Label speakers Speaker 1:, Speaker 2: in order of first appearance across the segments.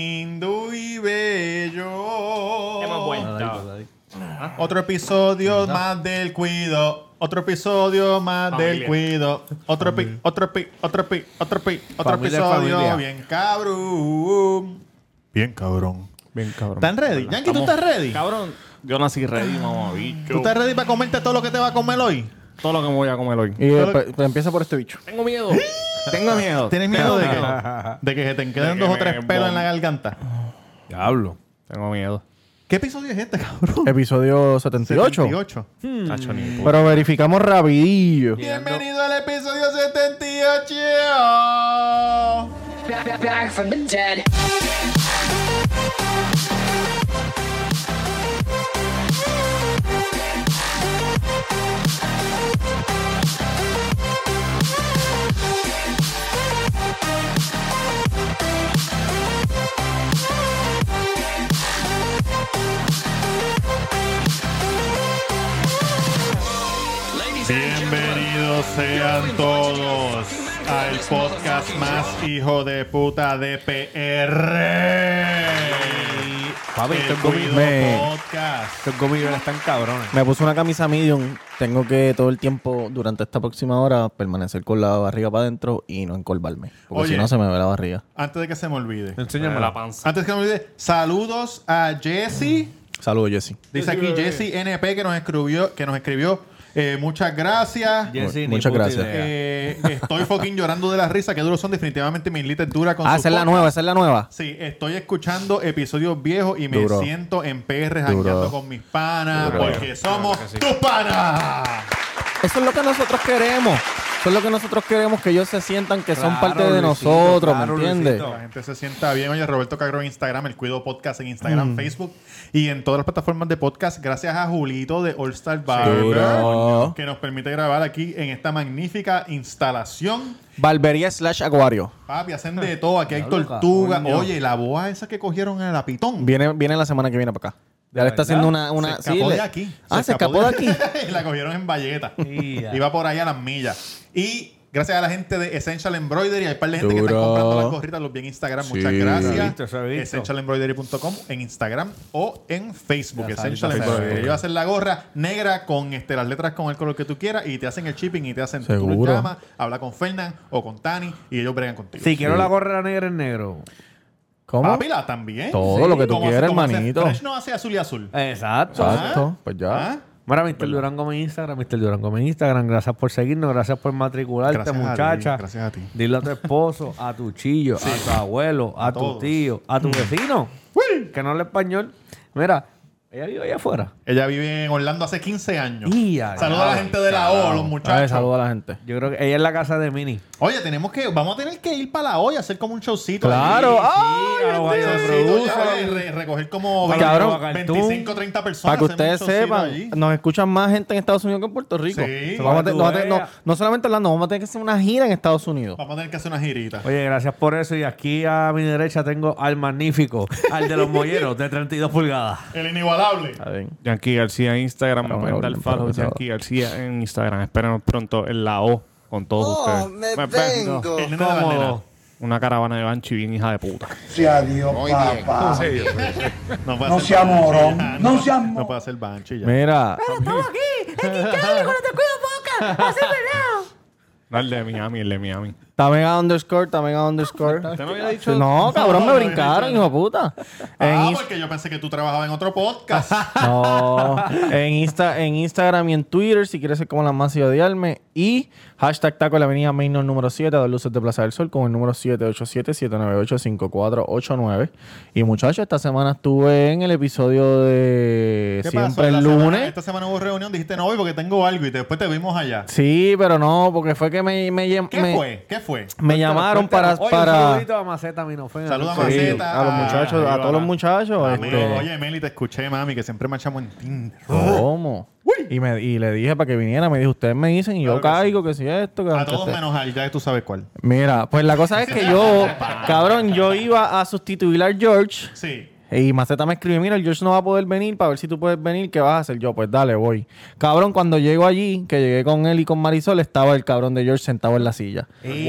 Speaker 1: Lindo y bello.
Speaker 2: Hemos vuelto.
Speaker 1: Otro episodio más del cuido. Otro episodio más del
Speaker 2: Familia.
Speaker 1: cuido. Otro pi, otro pi, otro pi, otro pi, otro
Speaker 3: Familia,
Speaker 1: episodio
Speaker 3: familia.
Speaker 1: bien cabrón. Bien cabrón.
Speaker 3: Bien cabrón.
Speaker 1: ¿Están ready? Yankee, ¿tú estás ready?
Speaker 2: Cabrón, yo nací ready, mamá,
Speaker 1: ¿Tú estás ready para comerte todo lo que te va a comer hoy?
Speaker 2: Todo lo que me voy a comer hoy.
Speaker 3: Y eh, pe- pe- empieza por este bicho.
Speaker 2: Tengo miedo. Tengo miedo.
Speaker 1: ¿Tienes miedo de que, de que se te queden
Speaker 2: que
Speaker 1: dos o
Speaker 2: me
Speaker 1: tres pelos en la
Speaker 2: bom-
Speaker 1: garganta?
Speaker 3: Diablo.
Speaker 2: Tengo miedo.
Speaker 1: ¿Qué episodio es este, cabrón?
Speaker 3: Episodio 78.
Speaker 1: 78.
Speaker 2: Chacho, ni puta.
Speaker 3: Pero verificamos rapidillo.
Speaker 1: Bienvenido al episodio 78.
Speaker 4: back, back from the dead.
Speaker 1: Bienvenidos sean todos al podcast más hijo de puta de PR.
Speaker 2: Papi,
Speaker 1: El
Speaker 2: esto es
Speaker 1: Cuido
Speaker 3: me-
Speaker 1: podcast.
Speaker 2: Estos gomillos están cabrones.
Speaker 3: Me puse una camisa medium. Tengo que todo el tiempo, durante esta próxima hora, permanecer con la barriga para adentro y no encolvarme. Porque
Speaker 1: Oye.
Speaker 3: si no, se me ve la barriga.
Speaker 1: Antes de que se me olvide.
Speaker 2: Enséñame la panza.
Speaker 1: Antes que me olvide, saludos a Jesse.
Speaker 3: Saludos, Jesse.
Speaker 1: Dice aquí Jesse NP que nos escribió, que nos escribió. eh, muchas gracias.
Speaker 3: Jesse, ni Muchas puta gracias. idea.
Speaker 1: Eh, estoy fucking llorando de la risa. Que duros son definitivamente mis litas duras con
Speaker 3: Ah,
Speaker 1: su
Speaker 3: esa es la
Speaker 1: podcast.
Speaker 3: nueva, esa es la nueva.
Speaker 1: Sí, estoy escuchando episodios viejos y me
Speaker 3: Duro.
Speaker 1: siento en PR
Speaker 3: Duro.
Speaker 1: jangueando con mis panas
Speaker 3: Duro.
Speaker 1: porque somos tus panas.
Speaker 3: Eso es lo que nosotros queremos. Eso es lo que nosotros queremos, que ellos se sientan que son
Speaker 5: Claro,
Speaker 3: parte de
Speaker 5: Luisito,
Speaker 3: nosotros,
Speaker 5: claro,
Speaker 3: ¿me entiendes?
Speaker 5: Luisito.
Speaker 1: La gente se sienta bien. Oye, Roberto Cagro en Instagram, el Cuido Podcast en
Speaker 3: Mm.
Speaker 1: Instagram, Facebook y en todas las plataformas de podcast. Gracias a Julito de All Star Barber
Speaker 3: Duro.
Speaker 1: que nos permite grabar aquí en esta magnífica instalación.
Speaker 3: Barbería slash acuario.
Speaker 1: Papi, hacen de todo. Aquí hay
Speaker 5: Diablo,
Speaker 1: tortuga.
Speaker 5: coño.
Speaker 1: Oye, la boa esa que cogieron en la pitón.
Speaker 3: Viene, viene la semana que viene para acá. Ya le está
Speaker 5: verdad?
Speaker 3: haciendo una... una
Speaker 1: se escapó
Speaker 3: sí,
Speaker 1: de
Speaker 3: le-
Speaker 1: aquí.
Speaker 3: Ah, se, escapó, de aquí.
Speaker 1: la cogieron en Valleta.
Speaker 5: Ya.
Speaker 1: Iba por ahí a las millas. Y gracias a la gente de Essential Embroidery, hay un par de gente que
Speaker 3: Duro.
Speaker 1: están comprando las gorritas, los vi en Instagram. Muchas
Speaker 3: Sí.
Speaker 1: gracias.
Speaker 5: Se ha visto, se ha visto.
Speaker 1: Essentialembroidery.com en Instagram o en Facebook.
Speaker 5: Ya sabes,
Speaker 1: Essential
Speaker 5: ya sabes.
Speaker 1: Embroidery. Ellos hacen la gorra negra con este, las letras con el color que tú quieras y te hacen el shipping y te hacen tú los
Speaker 3: Seguro.
Speaker 1: llamas, habla con Fernán o con Tani y ellos bregan contigo.
Speaker 5: Si quiero la gorra negra en negro.
Speaker 3: ¿Cómo?
Speaker 1: Papila también.
Speaker 3: Todo lo que tú
Speaker 1: Como-
Speaker 3: quieras,
Speaker 1: como hace
Speaker 3: hermanito.
Speaker 1: Fresh no hace azul y azul.
Speaker 5: Exacto.
Speaker 3: Exacto. Pues ya.
Speaker 1: ¿Ah?
Speaker 5: Mira, Mr. Durango en Instagram, Mr. Durango en Instagram. Gracias por seguirnos, gracias por matricularte,
Speaker 1: Gracias a ti,
Speaker 5: muchacha.
Speaker 1: gracias a ti.
Speaker 5: Dile a tu esposo, a tu chillo, a tu abuelo, a, tu
Speaker 1: todos.
Speaker 5: tío, a tu vecino que no habla español. Mira, ella vive allá afuera.
Speaker 1: Ella vive en Orlando hace 15 años.
Speaker 5: Y a-
Speaker 1: Saludos a la
Speaker 5: ay,
Speaker 1: gente de la O, los
Speaker 3: Ay,
Speaker 1: muchachos.
Speaker 3: saluda a la gente.
Speaker 5: Yo creo que ella es la casa de Mini.
Speaker 1: Oye, tenemos que, vamos a tener que ir para la olla a hacer como un showcito.
Speaker 3: Claro.
Speaker 1: ahí.
Speaker 3: Ay,
Speaker 5: a los
Speaker 1: Un
Speaker 3: Dios
Speaker 5: Guayos
Speaker 1: showcito,
Speaker 5: Produce,
Speaker 1: ya,
Speaker 5: a
Speaker 1: oye,
Speaker 5: los-
Speaker 1: re- recoger como
Speaker 5: Cabrón.
Speaker 1: 25 30 personas.
Speaker 3: Para
Speaker 1: hacer
Speaker 3: que
Speaker 1: un
Speaker 3: ustedes
Speaker 1: showcito
Speaker 3: sepan,
Speaker 1: allí.
Speaker 3: nos escuchan más gente en Estados Unidos que en Puerto Rico.
Speaker 1: Sí.
Speaker 3: Vamos a te-
Speaker 5: Tú
Speaker 3: vamos a te- no,
Speaker 5: veas.
Speaker 3: no solamente hablando, vamos a tener que hacer una gira en Estados Unidos.
Speaker 1: Vamos a tener que hacer una girita.
Speaker 5: Oye, gracias por eso. Y aquí a mi derecha tengo al magnífico, al de los molleros de 32 pulgadas.
Speaker 1: El inigualable.
Speaker 3: Está bien.
Speaker 2: Yankee García en Instagram. Me
Speaker 3: Pero
Speaker 2: pueden
Speaker 3: me
Speaker 2: dar
Speaker 3: volví
Speaker 2: follow.
Speaker 3: improvisado.
Speaker 2: Yankee García en Instagram. Espérenos pronto en la O con todos ustedes. Oh, Me vengo.
Speaker 1: El nene de la nena.
Speaker 2: Una caravana de Banshee bien hija de puta.
Speaker 6: Grazie a Dio, papà.
Speaker 1: No, puede
Speaker 6: No
Speaker 1: hacer
Speaker 6: seas
Speaker 1: banshee,
Speaker 6: morón.
Speaker 1: ya,
Speaker 6: No seas morón.
Speaker 1: No puede hacer banshee ya.
Speaker 3: Mira,
Speaker 2: No, el de Miami, el de Miami.
Speaker 3: Tamega underscore, Tamega underscore.
Speaker 2: ¿Usted no había dicho?
Speaker 3: No, cabrón, me
Speaker 1: No, no,
Speaker 3: brincaron,
Speaker 1: no,
Speaker 3: hijo de puta. En
Speaker 1: Ah,
Speaker 3: Inst-
Speaker 1: porque yo pensé que tú trabajabas en otro podcast.
Speaker 3: No, en, Insta, en Instagram y en Twitter, si quieres ser como la más y odiarme. Y hashtag taco en la avenida Mainor número 7, a dos luces de Plaza del Sol, con el número 787-798-5489. Y muchachos, esta semana estuve en el episodio de
Speaker 1: ¿Qué pasó?
Speaker 3: Siempre
Speaker 1: La
Speaker 3: el
Speaker 1: semana-
Speaker 3: lunes.
Speaker 1: esta semana hubo reunión, dijiste no voy porque tengo algo y después te vimos allá.
Speaker 3: Sí, pero no, porque fue que me, me, llam-
Speaker 1: ¿Qué
Speaker 3: me-
Speaker 1: fue? ¿Qué fue?
Speaker 3: me llamaron para...
Speaker 5: Oye, un
Speaker 3: para
Speaker 5: saludito a Maceta Minofena.
Speaker 1: Saluda a
Speaker 3: Sí,
Speaker 1: Maceta.
Speaker 3: a los muchachos,
Speaker 2: Ah,
Speaker 3: a todos los
Speaker 2: ahí va.
Speaker 3: muchachos.
Speaker 1: Ah,
Speaker 3: este,
Speaker 1: Meli, Oye, Meli, te escuché, mami, que siempre marchamos en Tinder.
Speaker 3: ¿Cómo? Y, me, y le dije para que viniera, me dijo, ustedes me dicen y yo
Speaker 1: Claro que
Speaker 3: caigo, que si esto, que
Speaker 1: A
Speaker 3: que
Speaker 1: todos
Speaker 3: este".
Speaker 1: menos al, ya tú sabes cuál.
Speaker 3: Mira, pues la cosa es que yo, cabrón, yo iba a sustituir a George
Speaker 1: Sí.
Speaker 3: Y Maceta me escribe, mira, el George no va a poder venir para ver si tú puedes venir, ¿qué vas a hacer? Yo, pues dale, voy. Cabrón, cuando llego allí, que llegué con él y con Marisol, estaba el cabrón de George sentado en la silla. Y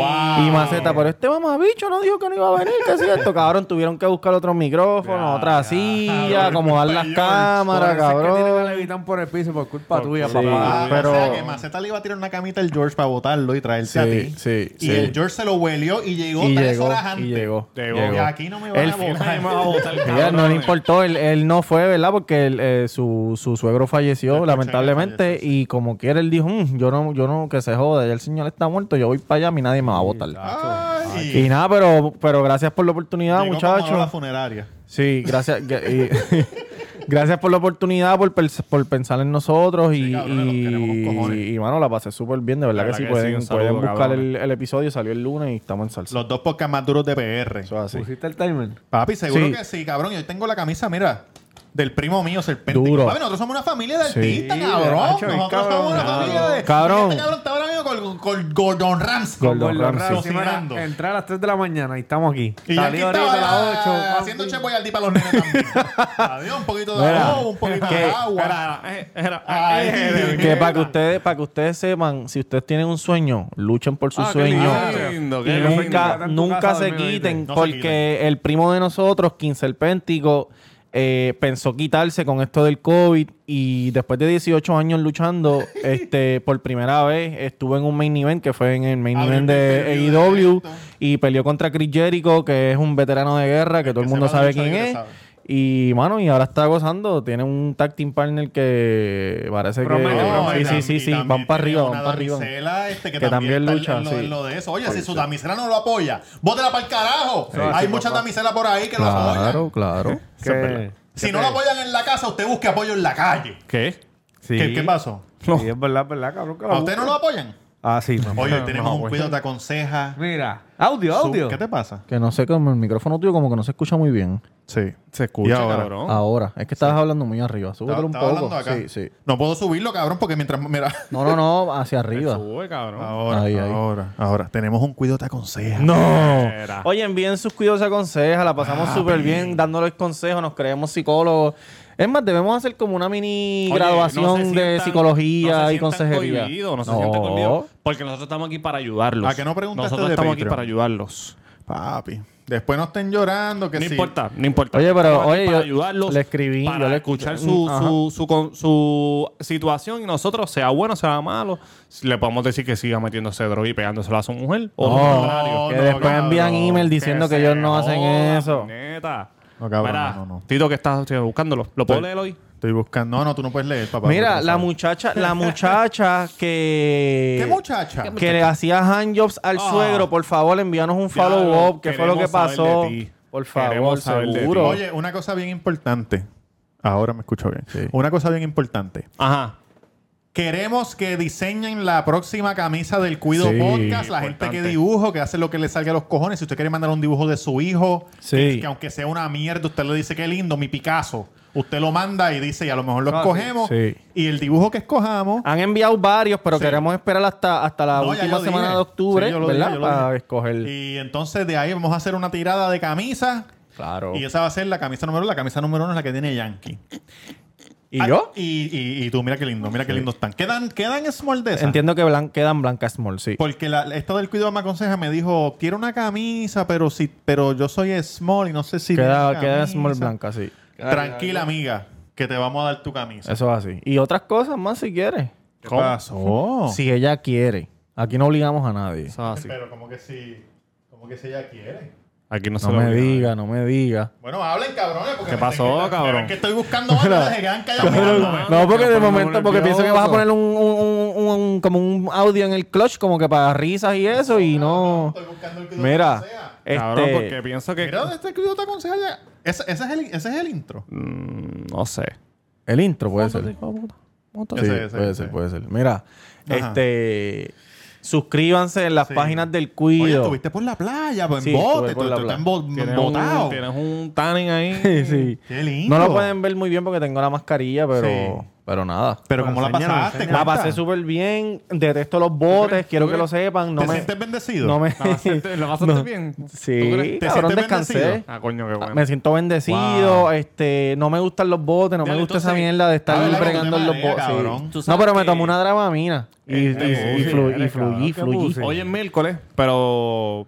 Speaker 3: Maceta, pero este mamabicho no dijo que no iba a venir, ¿qué es esto? Cabrón, tuvieron que buscar otros micrófonos, otra silla, acomodar las
Speaker 1: George.
Speaker 3: cámaras,
Speaker 5: Que
Speaker 3: cabrón.
Speaker 5: levitan por el piso por culpa tuya,
Speaker 3: sí.
Speaker 5: papá.
Speaker 1: Ah,
Speaker 3: pero-
Speaker 1: O sea, que Maceta le iba a tirar una camita al George para botarlo y traerse a ti.
Speaker 3: Sí, sí,
Speaker 1: Y
Speaker 3: sí.
Speaker 1: el George se lo huelió y llegó
Speaker 3: Y
Speaker 1: tres
Speaker 3: llegó,
Speaker 1: horas antes.
Speaker 3: y llegó,
Speaker 1: Y
Speaker 2: llegó.
Speaker 1: aquí no me van
Speaker 3: Él
Speaker 1: a
Speaker 3: fue-
Speaker 1: votar.
Speaker 3: Mira, no le importó, él, él no fue, ¿verdad? Porque él, eh, su, su suegro falleció,
Speaker 1: Escucha,
Speaker 3: lamentablemente,
Speaker 1: falleció,
Speaker 3: y como quiera él dijo, "Mm, yo no, yo no, que se joda, ya el señor está muerto, yo voy para allá, y nadie me va a votar.
Speaker 1: Ay,
Speaker 3: Y nada, pero, pero gracias por la oportunidad,
Speaker 1: llegó como a la
Speaker 3: muchachos.
Speaker 1: funeraria.
Speaker 3: Sí, gracias. que- y- gracias por la oportunidad, por, pers- por pensar en nosotros y,
Speaker 1: Sí, cabrones, los queremos con
Speaker 3: y,
Speaker 1: cojones.
Speaker 3: y, mano, la pasé súper bien. De verdad
Speaker 2: La
Speaker 3: que sí,
Speaker 2: verdad que sí,
Speaker 3: pueden,
Speaker 2: un saludo,
Speaker 3: pueden buscar
Speaker 2: cabrones.
Speaker 3: el, el episodio, salió el lunes y estamos en salsa.
Speaker 1: Los dos podcasts más duros de PR.
Speaker 3: Eso es así.
Speaker 5: ¿Pusiste el timer?
Speaker 1: Papi, seguro
Speaker 3: Sí.
Speaker 1: que sí, cabrón. Yo tengo la camisa, mira, del primo mío, Serpente.
Speaker 3: Duro.
Speaker 1: Papi, nosotros somos una familia de
Speaker 3: Sí.
Speaker 1: artistas,
Speaker 5: Sí,
Speaker 1: cabrón.
Speaker 5: macho,
Speaker 1: Nosotros
Speaker 5: cabrón.
Speaker 1: somos una familia de...
Speaker 3: Cabrón.
Speaker 1: Este cabrón está ahora mismo con, con Gordon Ramsay.
Speaker 3: Gordon
Speaker 5: Con los
Speaker 3: Ramsay.
Speaker 5: raros, sí, mira,
Speaker 1: Cocinando.
Speaker 5: Entré a las 3 de la mañana y estamos aquí.
Speaker 1: Y ya aquí
Speaker 5: Salí ahorita
Speaker 1: estaba
Speaker 5: a las 8.
Speaker 1: haciendo Chef Boyardee para los nenes también. Adiós, un poquito de
Speaker 3: Mira,
Speaker 1: arroz, un poquito de agua. Ay, de-
Speaker 3: Que para que ustedes, para que ustedes sepan, si ustedes tienen un sueño, luchen por su
Speaker 2: Ah, qué
Speaker 3: sueño.
Speaker 2: lindo, qué
Speaker 3: y
Speaker 2: lindo.
Speaker 3: nunca,
Speaker 5: Quédate en tu
Speaker 3: nunca
Speaker 5: casa
Speaker 3: se
Speaker 5: dormido,
Speaker 3: quiten,
Speaker 1: ¿viste? No se
Speaker 3: porque
Speaker 1: quiten.
Speaker 3: el primo de nosotros, Quincelpéntico, eh, pensó quitarse con esto del COVID y después de 18 años luchando, este, por primera vez estuvo en un main event que fue en el main
Speaker 1: Abrió
Speaker 3: event
Speaker 1: el
Speaker 3: de
Speaker 1: pay-per-view de
Speaker 3: AEW
Speaker 1: evento.
Speaker 3: y peleó contra Chris Jericho, que es un veterano de guerra, que todo el
Speaker 1: que
Speaker 3: mundo
Speaker 1: sepa de
Speaker 3: sabe
Speaker 1: lucha
Speaker 3: quién
Speaker 1: libre
Speaker 3: es.
Speaker 1: sabe.
Speaker 3: Y, mano, y ahora está gozando. Tiene un tag team partner que parece
Speaker 5: Promedio,
Speaker 3: que...
Speaker 5: promedio.
Speaker 3: Sí,
Speaker 1: y
Speaker 3: sí,
Speaker 1: tam-
Speaker 3: sí,
Speaker 1: y
Speaker 3: sí.
Speaker 1: también
Speaker 3: Van para
Speaker 1: tiene
Speaker 3: arriba,
Speaker 1: una
Speaker 3: van para arriba.
Speaker 1: damisela, este, que,
Speaker 3: Que
Speaker 1: también,
Speaker 3: también
Speaker 1: está en
Speaker 3: lucha,
Speaker 1: lo- en
Speaker 3: sí.
Speaker 1: lo de eso. Oye, si su damisela no lo apoya, bótela para el carajo. Hay muchas damiselas por ahí que lo apoyan.
Speaker 3: claro.
Speaker 5: ¿Qué?
Speaker 1: Si no lo apoyan en la casa, usted busque apoyo en la calle.
Speaker 2: ¿Qué?
Speaker 5: Sí.
Speaker 1: ¿Qué, qué pasó?
Speaker 5: Sí, es verdad, es verdad, cabrón. que la
Speaker 1: ¿A usted no
Speaker 5: busco.
Speaker 1: lo apoyan?
Speaker 5: Ah, sí, mamá.
Speaker 1: Oye, tenemos un cuido, te aconseja.
Speaker 5: Mira, audio,
Speaker 1: Su-
Speaker 5: audio.
Speaker 1: ¿Qué te pasa?
Speaker 3: Que no sé, como el micrófono tuyo como que no se escucha muy bien.
Speaker 1: Sí.
Speaker 2: Se
Speaker 1: ¿Y
Speaker 2: escucha,
Speaker 1: ahora? Ah,
Speaker 2: cabrón.
Speaker 3: Ahora. Es que estabas hablando muy arriba. Súbelo un
Speaker 1: Estaba
Speaker 3: poco.
Speaker 1: hablando acá.
Speaker 3: Sí, sí.
Speaker 1: No puedo subirlo, cabrón, porque mientras... Mira.
Speaker 3: No, no, no. Hacia arriba.
Speaker 2: Sube, cabrón.
Speaker 1: Ahora,
Speaker 3: Ahí, ahí.
Speaker 1: ahora, ahora. Tenemos un cuido, te aconseja.
Speaker 3: No.
Speaker 2: Era.
Speaker 3: Oye, envíen sus cuidados y aconseja. La pasamos súper bien dándoles consejos. Nos creemos psicólogos. Es más, debemos hacer como una mini
Speaker 2: Oye,
Speaker 3: graduación
Speaker 2: no se
Speaker 3: de
Speaker 2: sientan-
Speaker 3: psicología
Speaker 2: no se
Speaker 3: y
Speaker 2: sientan
Speaker 3: consejería.
Speaker 2: cohibidos, no se sientan cohibidos, porque nosotros estamos aquí para ayudarlos.
Speaker 1: ¿A que no preguntaste
Speaker 2: Nosotros
Speaker 1: de
Speaker 2: estamos aquí
Speaker 1: Patreon?
Speaker 2: para ayudarlos.
Speaker 1: Papi. Después no estén llorando, que
Speaker 2: no
Speaker 1: sí.
Speaker 2: importa, no importa.
Speaker 3: Oye, pero,
Speaker 2: Estamos aquí
Speaker 3: oye,
Speaker 2: para
Speaker 3: yo
Speaker 2: ayudarlos,
Speaker 3: le escribí,
Speaker 2: para
Speaker 3: yo le-
Speaker 2: escuchar
Speaker 3: Mm,
Speaker 2: su,
Speaker 3: ajá.
Speaker 2: su, su, con- su situación y nosotros, sea bueno, sea malo, le podemos decir que siga metiéndose droga y pegándosela a su mujer. O
Speaker 3: No,
Speaker 2: lo contrario.
Speaker 3: que
Speaker 1: no,
Speaker 3: después
Speaker 1: cabrón,
Speaker 3: envían email diciendo que,
Speaker 2: se
Speaker 3: ellos no hacen
Speaker 2: joda,
Speaker 3: eso.
Speaker 2: puñeta.
Speaker 1: No, cabrón,
Speaker 2: Mira,
Speaker 1: no, no, no.
Speaker 2: Tito, que estás buscándolo. ¿Lo puedo
Speaker 1: Sí.
Speaker 2: leer hoy?
Speaker 1: Estoy buscando. No, no, tú no puedes leer, papá.
Speaker 3: Mira,
Speaker 1: porque
Speaker 3: la
Speaker 1: no sabes.
Speaker 3: muchacha, la muchacha que...
Speaker 1: ¿Qué muchacha?
Speaker 3: Que le hacía handjobs al
Speaker 2: Ah.
Speaker 3: suegro. Por favor, envíanos un
Speaker 2: Diablo,
Speaker 3: follow-up. ¿Qué fue lo que
Speaker 2: queremos saber
Speaker 3: pasó?
Speaker 2: de ti.
Speaker 3: Por favor,
Speaker 2: Queremos saber de ti.
Speaker 3: seguro.
Speaker 1: Oye, una cosa bien importante. Ahora me escucho bien. Una cosa bien importante.
Speaker 2: Ajá.
Speaker 1: Queremos que diseñen la próxima camisa del Cuido
Speaker 3: Sí,
Speaker 1: Podcast. La gente que
Speaker 2: importante.
Speaker 1: dibujo, que hace lo que le salga a los cojones. Si usted quiere mandar un dibujo de su hijo,
Speaker 3: Sí.
Speaker 1: que, que aunque sea una mierda, usted le dice qué lindo, mi Picasso. Usted lo manda y dice, y a lo mejor lo
Speaker 5: Ah, sí.
Speaker 1: escogemos.
Speaker 3: Sí.
Speaker 1: Y el dibujo que escojamos,
Speaker 3: Han enviado varios, pero queremos esperar hasta, hasta la
Speaker 1: No, ya
Speaker 3: última
Speaker 1: yo
Speaker 3: semana
Speaker 1: dije.
Speaker 3: de octubre,
Speaker 1: Sí, yo lo
Speaker 3: ¿verdad?
Speaker 1: dije, yo lo
Speaker 3: Para
Speaker 1: dije.
Speaker 3: escoger.
Speaker 1: Y entonces de ahí vamos a hacer una tirada de camisas.
Speaker 3: Claro.
Speaker 1: Y esa va a ser la camisa número uno. La camisa número uno es la que tiene Yankee.
Speaker 3: ¿Y
Speaker 1: Ah,
Speaker 3: yo?
Speaker 1: Y, y- y tú, mira qué lindo, mira qué lindos están. Quedan, quedan small de esas.
Speaker 3: Entiendo que blan- quedan blancas small, sí.
Speaker 1: Porque la, esta del cuidado me aconseja, me dijo, quiero una camisa, pero si, pero yo soy small y no sé si.
Speaker 3: Queda,
Speaker 1: tienes
Speaker 3: queda
Speaker 1: camisa".
Speaker 3: small blanca, sí.
Speaker 1: Tranquila, amiga, que te vamos a dar tu camisa.
Speaker 3: Eso es así. Y otras cosas más si quiere.
Speaker 1: ¿Qué pasó?
Speaker 3: Si ella quiere. Aquí no obligamos a nadie.
Speaker 2: Eso es así.
Speaker 1: Pero como que si, como que si ella quiere.
Speaker 2: Aquí no se
Speaker 3: No
Speaker 2: lo
Speaker 3: me
Speaker 2: olvida.
Speaker 3: diga, no me diga.
Speaker 1: Bueno, hablen, cabrones. Porque
Speaker 2: ¿Qué
Speaker 1: me
Speaker 2: pasó,
Speaker 1: tengo que-
Speaker 2: cabrón?
Speaker 1: Es que estoy buscando algo que se quedan callados.
Speaker 2: Cabrón.
Speaker 3: No, porque de
Speaker 5: Quiero ponerme
Speaker 3: momento, porque
Speaker 5: nervioso.
Speaker 3: pienso que vas a poner un, un- un- un- como un audio en el clutch, como que para risas y eso, y no.
Speaker 1: Estoy buscando el cuidado
Speaker 3: Mira,
Speaker 1: que sea.
Speaker 2: Cabrón,
Speaker 3: este,
Speaker 2: porque pienso que.
Speaker 1: Mira dónde está el cuidado te aconseja ya. Ese, ese es el, ese es el intro.
Speaker 2: Mm, No sé.
Speaker 3: el intro puede ser. Sí,
Speaker 1: Ese, ese,
Speaker 3: puede
Speaker 1: ese.
Speaker 3: ser, puede ser. Mira,
Speaker 1: Ajá.
Speaker 3: este, suscríbanse en las
Speaker 1: Sí.
Speaker 3: páginas del
Speaker 1: Oye,
Speaker 3: cuido.
Speaker 1: estuviste por la playa, pues, en
Speaker 3: Sí,
Speaker 1: bote,
Speaker 3: estuve por
Speaker 1: tú-
Speaker 3: la
Speaker 1: tú estás
Speaker 3: playa.
Speaker 1: embo-
Speaker 2: Mm, Tienes
Speaker 1: embotado.
Speaker 2: un, tienes un tanning ahí.
Speaker 3: Sí.
Speaker 1: Qué lindo.
Speaker 3: No lo pueden ver muy bien porque tengo la mascarilla, pero
Speaker 1: Sí.
Speaker 3: Pero nada.
Speaker 1: Pero como la
Speaker 5: enséñalo,
Speaker 1: pasaste,
Speaker 5: enséñalo.
Speaker 3: La
Speaker 1: Cuenta.
Speaker 3: pasé súper bien. Detesto los botes. Quiero que lo sepan. No
Speaker 1: ¿Te
Speaker 3: me,
Speaker 1: sientes bendecido?
Speaker 3: No me...
Speaker 2: ¿La pasaste- la pasaste
Speaker 3: No.
Speaker 2: bien? ¿Tú
Speaker 3: Sí,
Speaker 2: crees?
Speaker 1: ¿Te
Speaker 3: cabrón,
Speaker 1: sientes
Speaker 3: descansé.
Speaker 1: bendecido?
Speaker 2: Ah, coño, qué bueno.
Speaker 3: Me siento bendecido.
Speaker 2: Wow.
Speaker 3: Este, no me gustan los botes. No
Speaker 1: Dale,
Speaker 3: me gusta esa
Speaker 1: entonces,
Speaker 3: mierda de estar
Speaker 1: dale, dale,
Speaker 3: bregando
Speaker 1: dale,
Speaker 3: en los
Speaker 1: dale,
Speaker 3: botes.
Speaker 1: cabrón.
Speaker 3: Sí.
Speaker 5: Tú
Speaker 3: No,
Speaker 5: sabes
Speaker 3: pero me
Speaker 5: que-
Speaker 3: tomé una dramamina. Y, y,
Speaker 2: Eh,
Speaker 3: y
Speaker 2: sí,
Speaker 3: flu- y
Speaker 5: eres
Speaker 3: fluí,
Speaker 5: cabrón, qué
Speaker 3: fluí.
Speaker 5: puse.
Speaker 2: Hoy es miércoles, pero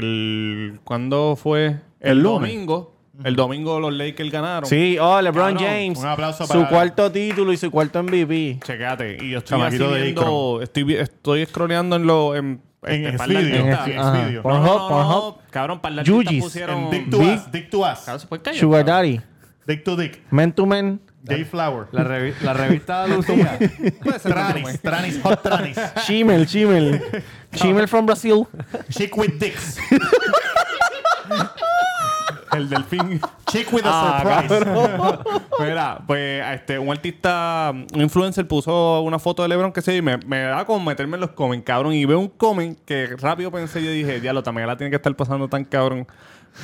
Speaker 2: el ¿cuándo fue? El,
Speaker 1: lunes.
Speaker 2: domingo. El domingo los Lakers ganaron.
Speaker 3: Sí, oh, LeBron
Speaker 2: Cabrón,
Speaker 3: James.
Speaker 1: un aplauso
Speaker 3: Su
Speaker 1: para-
Speaker 3: cuarto título y su cuarto MVP.
Speaker 2: Checate. Y yo estoy así
Speaker 1: Chamaquito de
Speaker 2: viendo, estoy, vi- estoy scrolleando en lo en,
Speaker 1: En
Speaker 2: este, par de
Speaker 1: Xvideo.
Speaker 2: artistas.
Speaker 1: En
Speaker 3: Ajá.
Speaker 1: Xvideo.
Speaker 2: No, no,
Speaker 3: Pornhub,
Speaker 2: no, no,
Speaker 3: Pornhub.
Speaker 2: Cabrón, para las artistas
Speaker 3: Yugis.
Speaker 1: En
Speaker 2: pusieron
Speaker 1: Dick to Ass, Dick to Ass.
Speaker 2: Cabrón, se puede callar,
Speaker 3: Sugar
Speaker 2: cabrón.
Speaker 3: Daddy.
Speaker 1: Dick to Dick.
Speaker 3: Men to Men.
Speaker 1: Jay Flower.
Speaker 5: La, revi- la revista Lucía.
Speaker 2: Puede ser que no me-
Speaker 1: Tranis, Tranis, Hot Tranis.
Speaker 3: Chimel, Chimel. Chimel from Brazil.
Speaker 1: Chick with Dicks.
Speaker 2: El delfín.
Speaker 1: Chick with a Surprise.
Speaker 2: Mira, pues este, un artista, un influencer puso una foto de LeBron que se me, me da con meterme en los comments, cabrón. Y veo un comment que rápido pensé, yo dije, ya lo también la tiene que estar pasando tan cabrón.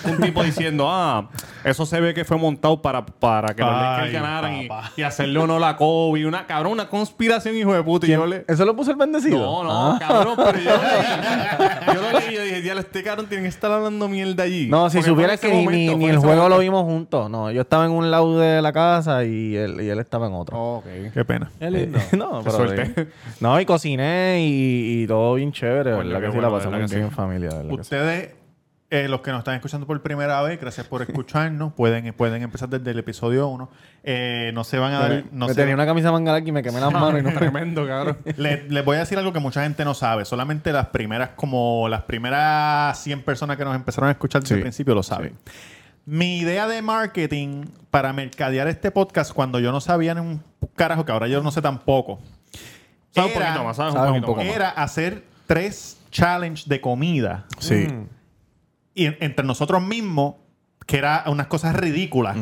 Speaker 2: Un tipo diciendo, ah, eso se ve que fue montado para, para que los
Speaker 1: Ay,
Speaker 2: Lakers ganaran y,
Speaker 1: papá.
Speaker 2: y hacerle honor a Kobe. Una, cabrón, una conspiración, hijo de puta. Y yo le,
Speaker 3: ¿Eso lo puso el bendecido?
Speaker 2: no,
Speaker 3: Ah.
Speaker 2: no, cabrón, pero yo lo leí. Yo lo leí y yo dije, ya este cabrón tiene que estar hablando mierda allí.
Speaker 3: No, si
Speaker 2: Porque
Speaker 3: supieras
Speaker 2: fue
Speaker 3: que
Speaker 2: en ese
Speaker 3: ni, ni-
Speaker 2: momento,
Speaker 3: ni
Speaker 2: fue en
Speaker 3: el
Speaker 2: ese
Speaker 3: juego lo
Speaker 2: momento.
Speaker 3: vimos juntos. No, yo estaba en un lado de la casa y él, y él estaba en otro.
Speaker 1: Qué pena.
Speaker 3: Eh, no, pero
Speaker 2: suerte.
Speaker 3: bien. No, y cociné y, y todo bien chévere.
Speaker 2: Bueno, qué
Speaker 3: ¿verdad? Que sí,
Speaker 2: bueno,
Speaker 3: la
Speaker 2: verdad
Speaker 3: pasamos bien
Speaker 2: que sí.
Speaker 3: en familia. ¿verdad? que sí.
Speaker 1: Ustedes, eh, los que nos están escuchando por primera vez, gracias por escucharnos. Pueden, pueden empezar desde el episodio 1. no se van a dar... No
Speaker 3: me
Speaker 1: se-
Speaker 3: tenía una camisa manga larga y me quemé las manos y no
Speaker 2: Tremendo, cabrón.
Speaker 1: Le- les voy a decir algo que mucha gente no sabe. Solamente las primeras, como las primeras 100 personas que nos empezaron a escuchar desde el principio lo saben. Mi idea de marketing para mercadear este podcast cuando yo no sabía ni un carajo, que ahora yo no sé tampoco,
Speaker 2: Sabes un
Speaker 1: Era-
Speaker 2: poquito más, sabes,
Speaker 3: sabes
Speaker 2: un
Speaker 3: un
Speaker 2: poquito
Speaker 3: poco
Speaker 2: más.
Speaker 1: era hacer tres challenge de comida
Speaker 3: Sí.
Speaker 2: Mm.
Speaker 1: y en- entre nosotros mismos, que era unas cosas ridículas.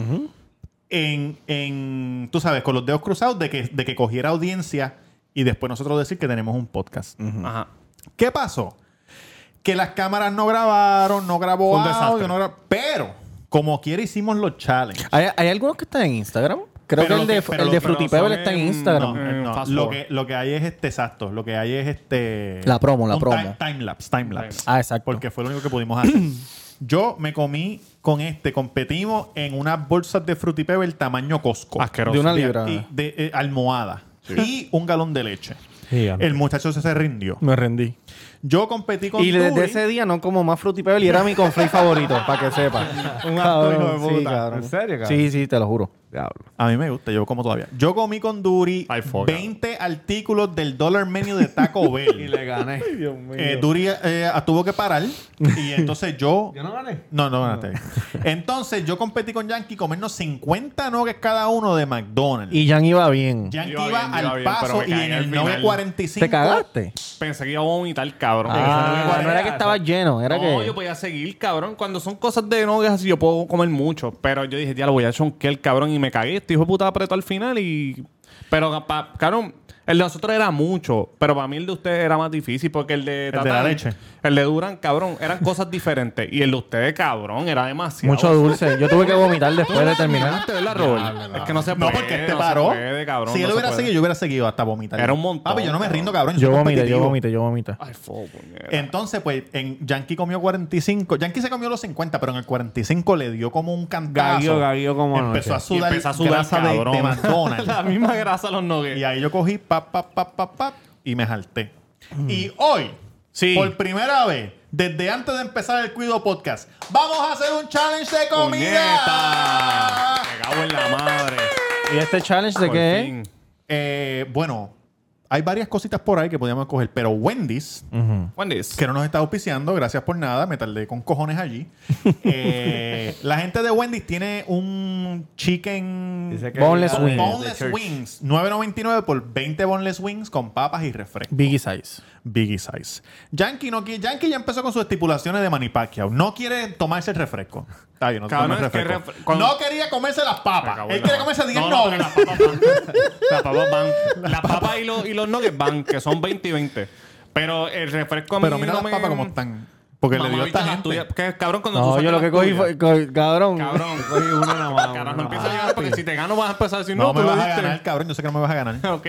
Speaker 1: En, en, tú sabes, con los dedos cruzados de que, de que cogiera audiencia y después nosotros decir que tenemos un podcast.
Speaker 2: Ajá.
Speaker 1: ¿Qué pasó? Que las cámaras no grabaron, no grabó
Speaker 2: Fue un desastre.
Speaker 1: audio, no gra- pero como quiera hicimos los challenges.
Speaker 3: ¿Hay, hay algunos que están en Instagram? Creo
Speaker 1: Pero
Speaker 3: que
Speaker 1: lo
Speaker 3: el de,
Speaker 1: que-
Speaker 3: Fruity
Speaker 1: pero
Speaker 3: el
Speaker 1: lo-
Speaker 3: de
Speaker 1: pero
Speaker 3: Fruity
Speaker 2: son
Speaker 3: Pebble está en
Speaker 2: en-
Speaker 3: Instagram. Mm.
Speaker 2: no, Eh, fast
Speaker 1: lo,
Speaker 2: forward.
Speaker 1: que, lo que hay es este exacto, lo que hay es este
Speaker 3: La promo, la
Speaker 1: un
Speaker 3: promo.
Speaker 1: ti- Timelapse, timelapse.
Speaker 3: Ah, exacto.
Speaker 1: Porque fue lo único que pudimos hacer. Yo me comí con este, competimos en unas bolsas de Fruity Pebble tamaño Costco.
Speaker 2: Asqueroso.
Speaker 3: de una
Speaker 1: De-
Speaker 3: libra.
Speaker 1: y- de, eh, almohada y un galón de leche.
Speaker 5: Gigante.
Speaker 1: El muchacho se, se rindió.
Speaker 3: Me rendí.
Speaker 1: Yo competí con
Speaker 3: Y desde
Speaker 1: Tui.
Speaker 3: ese día no como más Fruity Pebble y era mi conflay favorito, para que sepa. Un
Speaker 1: acto, hijo de
Speaker 3: Sí,
Speaker 1: puta.
Speaker 3: cabrón.
Speaker 5: ¿En serio, cabrón?
Speaker 3: Sí, sí, te lo juro.
Speaker 5: Diablo.
Speaker 1: A mí me gusta, yo como todavía. Yo comí con Duri
Speaker 2: Ay, fo,
Speaker 1: 20 artículos del Dollar Menu de Taco
Speaker 5: Y
Speaker 1: Bell.
Speaker 5: le gané.
Speaker 1: Eh, Duri eh, tuvo que parar y entonces yo...
Speaker 5: Yo no gané.
Speaker 1: No, no, espérate. Entonces yo competí con Yankee comernos 50 nuggets cada uno de McDonald's.
Speaker 3: Y Jan iba bien.
Speaker 1: Yankee
Speaker 2: Iba
Speaker 1: iba,
Speaker 2: bien, iba
Speaker 1: al
Speaker 2: bien,
Speaker 1: paso
Speaker 2: pero me
Speaker 1: y
Speaker 2: caí
Speaker 1: en
Speaker 2: al
Speaker 1: el
Speaker 2: final.
Speaker 1: 945...
Speaker 3: ¿Te cagaste?
Speaker 2: Pensé que iba a vomitar, cabrón.
Speaker 3: Ah,
Speaker 1: no
Speaker 3: no era que estaba lleno, era
Speaker 2: no,
Speaker 3: que...
Speaker 2: yo podía seguir, cabrón. Cuando son cosas de nogas así, yo puedo comer mucho. Pero yo dije, ya lo voy a chonquear, cabrón. Y me cagué. Este hijo de puta apretó al final y... Pero, pa- cabrón, el de nosotros era mucho. Pero para mí el de ustedes era más difícil porque el de...
Speaker 1: de la
Speaker 2: Tatán,
Speaker 1: leche.
Speaker 2: El de Duran, cabrón. Eran cosas diferentes. Y el de ustedes, cabrón, era demasiado.
Speaker 3: Mucho dulce. Yo tuve que vomitar después de terminar.
Speaker 2: Antes, ¿verdad, Robert? Es que no se
Speaker 1: No,
Speaker 2: puede.
Speaker 1: porque este
Speaker 2: no se
Speaker 1: paró.
Speaker 2: puede, cabrón,
Speaker 1: si él
Speaker 2: no se
Speaker 1: hubiera
Speaker 2: puede.
Speaker 1: seguido, yo hubiera seguido hasta vomitar.
Speaker 2: Era un montón,
Speaker 1: Papi, yo no me
Speaker 2: cabrón.
Speaker 1: rindo, cabrón.
Speaker 3: Yo
Speaker 1: soy
Speaker 3: vomité, yo
Speaker 1: competitivo.
Speaker 3: vomité, yo vomité.
Speaker 2: Ay, fo, puñeta.
Speaker 1: Entonces, pues, en Yankee comió 45. Yankee se comió los 50, pero en el 45 le dio como un cantazo.
Speaker 5: Gagueó, gagueó como
Speaker 1: Empezó a
Speaker 5: anoche.
Speaker 2: Y
Speaker 1: sudar,
Speaker 2: empezó a sudar,
Speaker 1: grasa de,
Speaker 2: cabrón.
Speaker 1: de
Speaker 2: La
Speaker 1: McDonald's.
Speaker 2: misma grasa a los nuggets.
Speaker 1: y ahí yo cogí pap, pap, pap, pap, pap y me jalté.
Speaker 5: Mm.
Speaker 1: Y hoy,
Speaker 2: Sí.
Speaker 1: por primera vez, desde antes de empezar el Cuido Podcast, vamos a hacer un challenge de comida.
Speaker 2: ¡Puñeta! Me cago en la madre.
Speaker 3: ¿Y este challenge de
Speaker 2: Por
Speaker 3: qué
Speaker 2: fin.
Speaker 3: es?
Speaker 1: Eh, bueno, hay varias cositas por ahí que podíamos coger, pero Wendy's...
Speaker 5: Mm.
Speaker 2: Wendy's.
Speaker 1: que no nos está auspiciando, gracias por nada, me tardé con cojones allí. Eh, la gente de Wendy's tiene un chicken
Speaker 5: Dice que
Speaker 3: Boneless
Speaker 5: viene
Speaker 3: wings.
Speaker 5: de- de
Speaker 1: boneless
Speaker 5: church.
Speaker 1: wings, 9.99 por 20 boneless wings con papas y refresco.
Speaker 3: Biggie Size.
Speaker 1: Biggie size. Yankee, no, qui- Yankee ya empezó con sus estipulaciones de Manny Pacquiao. No quiere tomarse el refresco. Está bien, no se
Speaker 2: Cabrón,
Speaker 1: toma el
Speaker 2: es que
Speaker 1: refresco.
Speaker 2: refre- cuando-
Speaker 1: No quería comerse las
Speaker 2: Me
Speaker 1: papas.
Speaker 2: cago en
Speaker 1: Él
Speaker 2: la
Speaker 1: quiere
Speaker 2: madre.
Speaker 1: comerse 10
Speaker 2: No, no,
Speaker 1: nuggets.
Speaker 2: Las papas van. Las papas van. Las papas y los, y los nuggets van, que son 20 y 20. Pero el refresco a mí
Speaker 1: Pero mira
Speaker 2: no
Speaker 1: las
Speaker 2: me-
Speaker 1: papas como están. Porque le dio a
Speaker 2: Mamá,
Speaker 1: esta
Speaker 2: las
Speaker 1: gente.
Speaker 2: tuyas. Que, cabrón, cuando tú
Speaker 3: No,
Speaker 2: sacas
Speaker 3: yo lo que
Speaker 2: las
Speaker 3: cogí
Speaker 2: tuyas-
Speaker 3: fue. co- Cabrón.
Speaker 2: Cabrón,
Speaker 5: Cogí una nada más,
Speaker 2: Carajo,
Speaker 5: una
Speaker 2: no
Speaker 5: nada
Speaker 2: empieza a
Speaker 5: más.
Speaker 2: llorar porque si te gano vas a empezar a decir
Speaker 1: Ah, No,
Speaker 2: no,
Speaker 1: me
Speaker 2: tú
Speaker 1: vas
Speaker 2: lo
Speaker 1: a
Speaker 2: diste".
Speaker 1: ganar, cabrón. Yo sé que no me vas a ganar.
Speaker 2: Ok.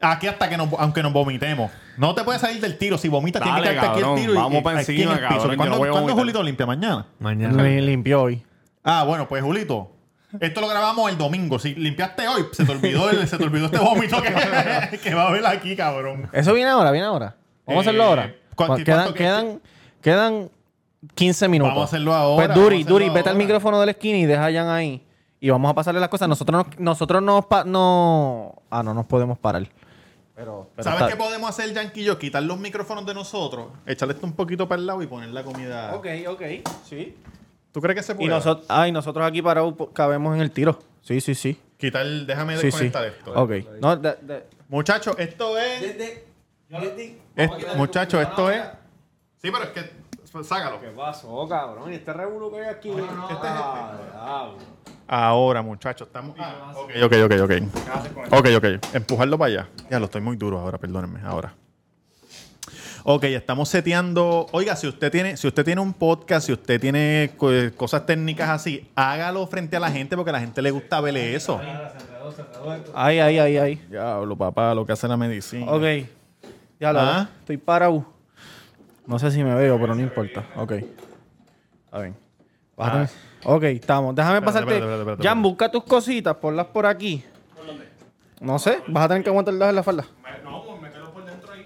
Speaker 1: Aquí hasta que nos, aunque nos vomitemos. No te puedes salir del tiro. Si vomitas, tienes que
Speaker 2: Dale,
Speaker 1: quedarte aquí el
Speaker 2: cabrón.
Speaker 1: tiro. y-
Speaker 2: Vamos
Speaker 1: y-
Speaker 2: pa'
Speaker 1: aquí en
Speaker 2: encima,
Speaker 1: el piso.
Speaker 2: cabrón, que
Speaker 1: ¿Cuándo,
Speaker 2: no voy a
Speaker 1: cuándo
Speaker 2: vomitar.
Speaker 1: Julito limpia? ¿Mañana?
Speaker 5: Mañana.
Speaker 3: Me limpió hoy.
Speaker 1: Ah, bueno, pues Julito. Esto lo grabamos el domingo. Si limpiaste hoy, se te olvidó, el- se te olvidó este vómito que, que va a haber aquí, cabrón.
Speaker 3: Eso viene ahora, viene ahora. Vamos a hacerlo
Speaker 1: Eh,
Speaker 3: ahora.
Speaker 1: ¿cuánto-
Speaker 3: Cu- Quedan,
Speaker 1: cuánto-
Speaker 3: quedan, quedan 15 minutos.
Speaker 1: Vamos a hacerlo ahora,
Speaker 3: Pues
Speaker 1: vamos a
Speaker 3: Duri,
Speaker 1: hacerlo
Speaker 3: Duri, vete al
Speaker 1: ahora.
Speaker 3: micrófono de la esquina y deja a Jan ahí. Y vamos a pasarle las cosas. Nosotros, no- nosotros no, pa- no. Ah, no nos podemos parar. Pero, pero
Speaker 1: ¿Sabes
Speaker 3: está-
Speaker 1: qué podemos hacer, Yanquillo? Quitar los micrófonos de nosotros, echarle esto un poquito para el lado y poner la comida.
Speaker 3: Ok, ok. Sí.
Speaker 1: ¿Tú crees que se
Speaker 3: Y
Speaker 1: puede?
Speaker 3: nosotros, ay, nosotros aquí parados po- cabemos en el tiro. Sí, sí, sí.
Speaker 1: Quitar, déjame
Speaker 3: Sí, sí.
Speaker 1: desconectar esto. eh.
Speaker 3: Ok. No, da- da-
Speaker 1: Muchachos, esto es. Muchachos, esto es. Sí, pero es que. pues, Sácalo.
Speaker 5: pasó, cabrón? Y este revuelo que hay aquí. Ah,
Speaker 1: Este es el- Ahora, muchachos, estamos. Ah, ok, ok, ok, ok. Ok, ok. Empujarlo para allá. Ya lo estoy muy duro ahora, perdónenme. Ahora. Ok, estamos seteando. Oiga, si usted tiene, si usted tiene un podcast, si usted tiene co- cosas técnicas así, hágalo frente a la gente porque a la gente le gusta verle eso.
Speaker 3: Ay, ay, ay, ay.
Speaker 1: Diablo, papá, lo que hace la medicina.
Speaker 3: Ok. Ya lo
Speaker 1: Ah.
Speaker 3: Estoy parado. No sé si me veo, pero no importa. Ok. A ver. Bájate. Ok, estamos. Déjame
Speaker 1: Espérate,
Speaker 3: pasarte.
Speaker 1: espérate, espérate, espérate.
Speaker 3: Jan, busca tus cositas, ponlas por aquí. No sé, vas a tener que aguantar el dedo en la falda.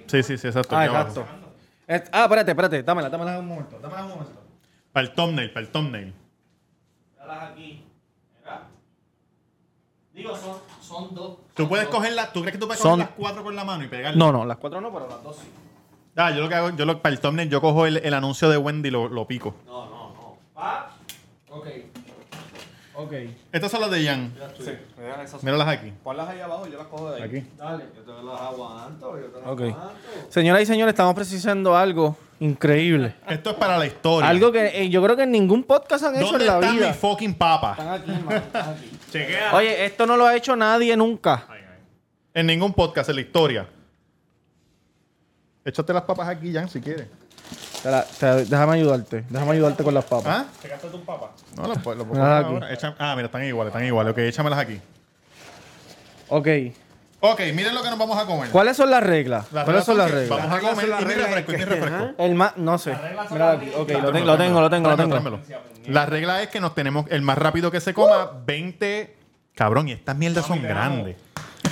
Speaker 1: Sí, sí, sí, exacto.
Speaker 3: Ah,
Speaker 1: Aquí abajo.
Speaker 3: exacto. Es- Ah, espérate, espérate. Dámela, dámela un momento. Dámela un momento.
Speaker 1: Para el thumbnail, para el thumbnail.
Speaker 3: aquí. Digo, son, son dos.
Speaker 1: Tú puedes coger las, ¿tú crees que tú puedes
Speaker 3: Son-
Speaker 1: coger las cuatro con la mano y pegarlas?
Speaker 3: No, no, las cuatro no, pero las dos sí.
Speaker 1: Ah, yo lo que hago, yo lo, para el thumbnail yo cojo el, el anuncio de Wendy y lo, lo pico.
Speaker 3: Ok. Ok.
Speaker 1: Estas son las de Jan. Míralas aquí.
Speaker 2: Ponlas ahí abajo, yo las cojo de ahí.
Speaker 3: Ok. Señoras y señores, estamos precisando algo increíble.
Speaker 1: Esto es para la historia.
Speaker 3: Algo que eh, yo creo que en ningún podcast han hecho
Speaker 1: ¿Dónde
Speaker 3: en la
Speaker 1: está
Speaker 3: vida.
Speaker 1: mi fucking papa?
Speaker 3: Están aquí, hermano, están aquí.
Speaker 1: Chequea.
Speaker 3: Oye, esto no lo ha hecho nadie nunca.
Speaker 1: En ningún podcast, en la historia. Échate las papas aquí, Jan, si quieres.
Speaker 3: Te la- te- déjame ayudarte. Déjame ayudarte con las papas.
Speaker 1: ¿Ah? ¿Te gastas tus papas? No, las puedo. las puedo
Speaker 3: Míralas
Speaker 1: coger
Speaker 3: aquí.
Speaker 1: ahora. Echa- ah, mira, están iguales, están iguales. Ok, échamelas aquí.
Speaker 3: Ok.
Speaker 1: Ok, miren lo que nos vamos a comer.
Speaker 3: ¿Cuáles son las reglas?
Speaker 1: Las
Speaker 3: ¿Cuáles son las
Speaker 1: que
Speaker 3: reglas?
Speaker 1: Vamos a comer y mira refresco, y mira refresco.
Speaker 3: El más, no sé. Mírala aquí. Ok, lo, tengo, lo tengo, lo tengo, lo tengo.
Speaker 1: Tráemelo, tráemelo. La regla es que nos tenemos el más rápido que se
Speaker 3: Uh.
Speaker 1: coma, 20. Cabrón, y estas mierdas son grandes.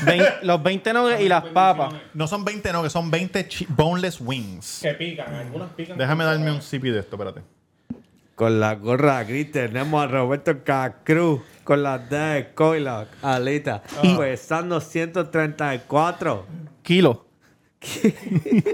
Speaker 3: Vein- los 20 nuggets y las papas.
Speaker 1: No son 20, no, que son 20 chi- boneless wings.
Speaker 2: Que pican, algunas pican.
Speaker 1: Déjame darme un sipi de esto, espérate.
Speaker 5: Con la gorra gris tenemos a Roberto Cacruz con las D de Coilac, Alita,
Speaker 7: Ah.
Speaker 5: pesando 134.
Speaker 3: Kilos.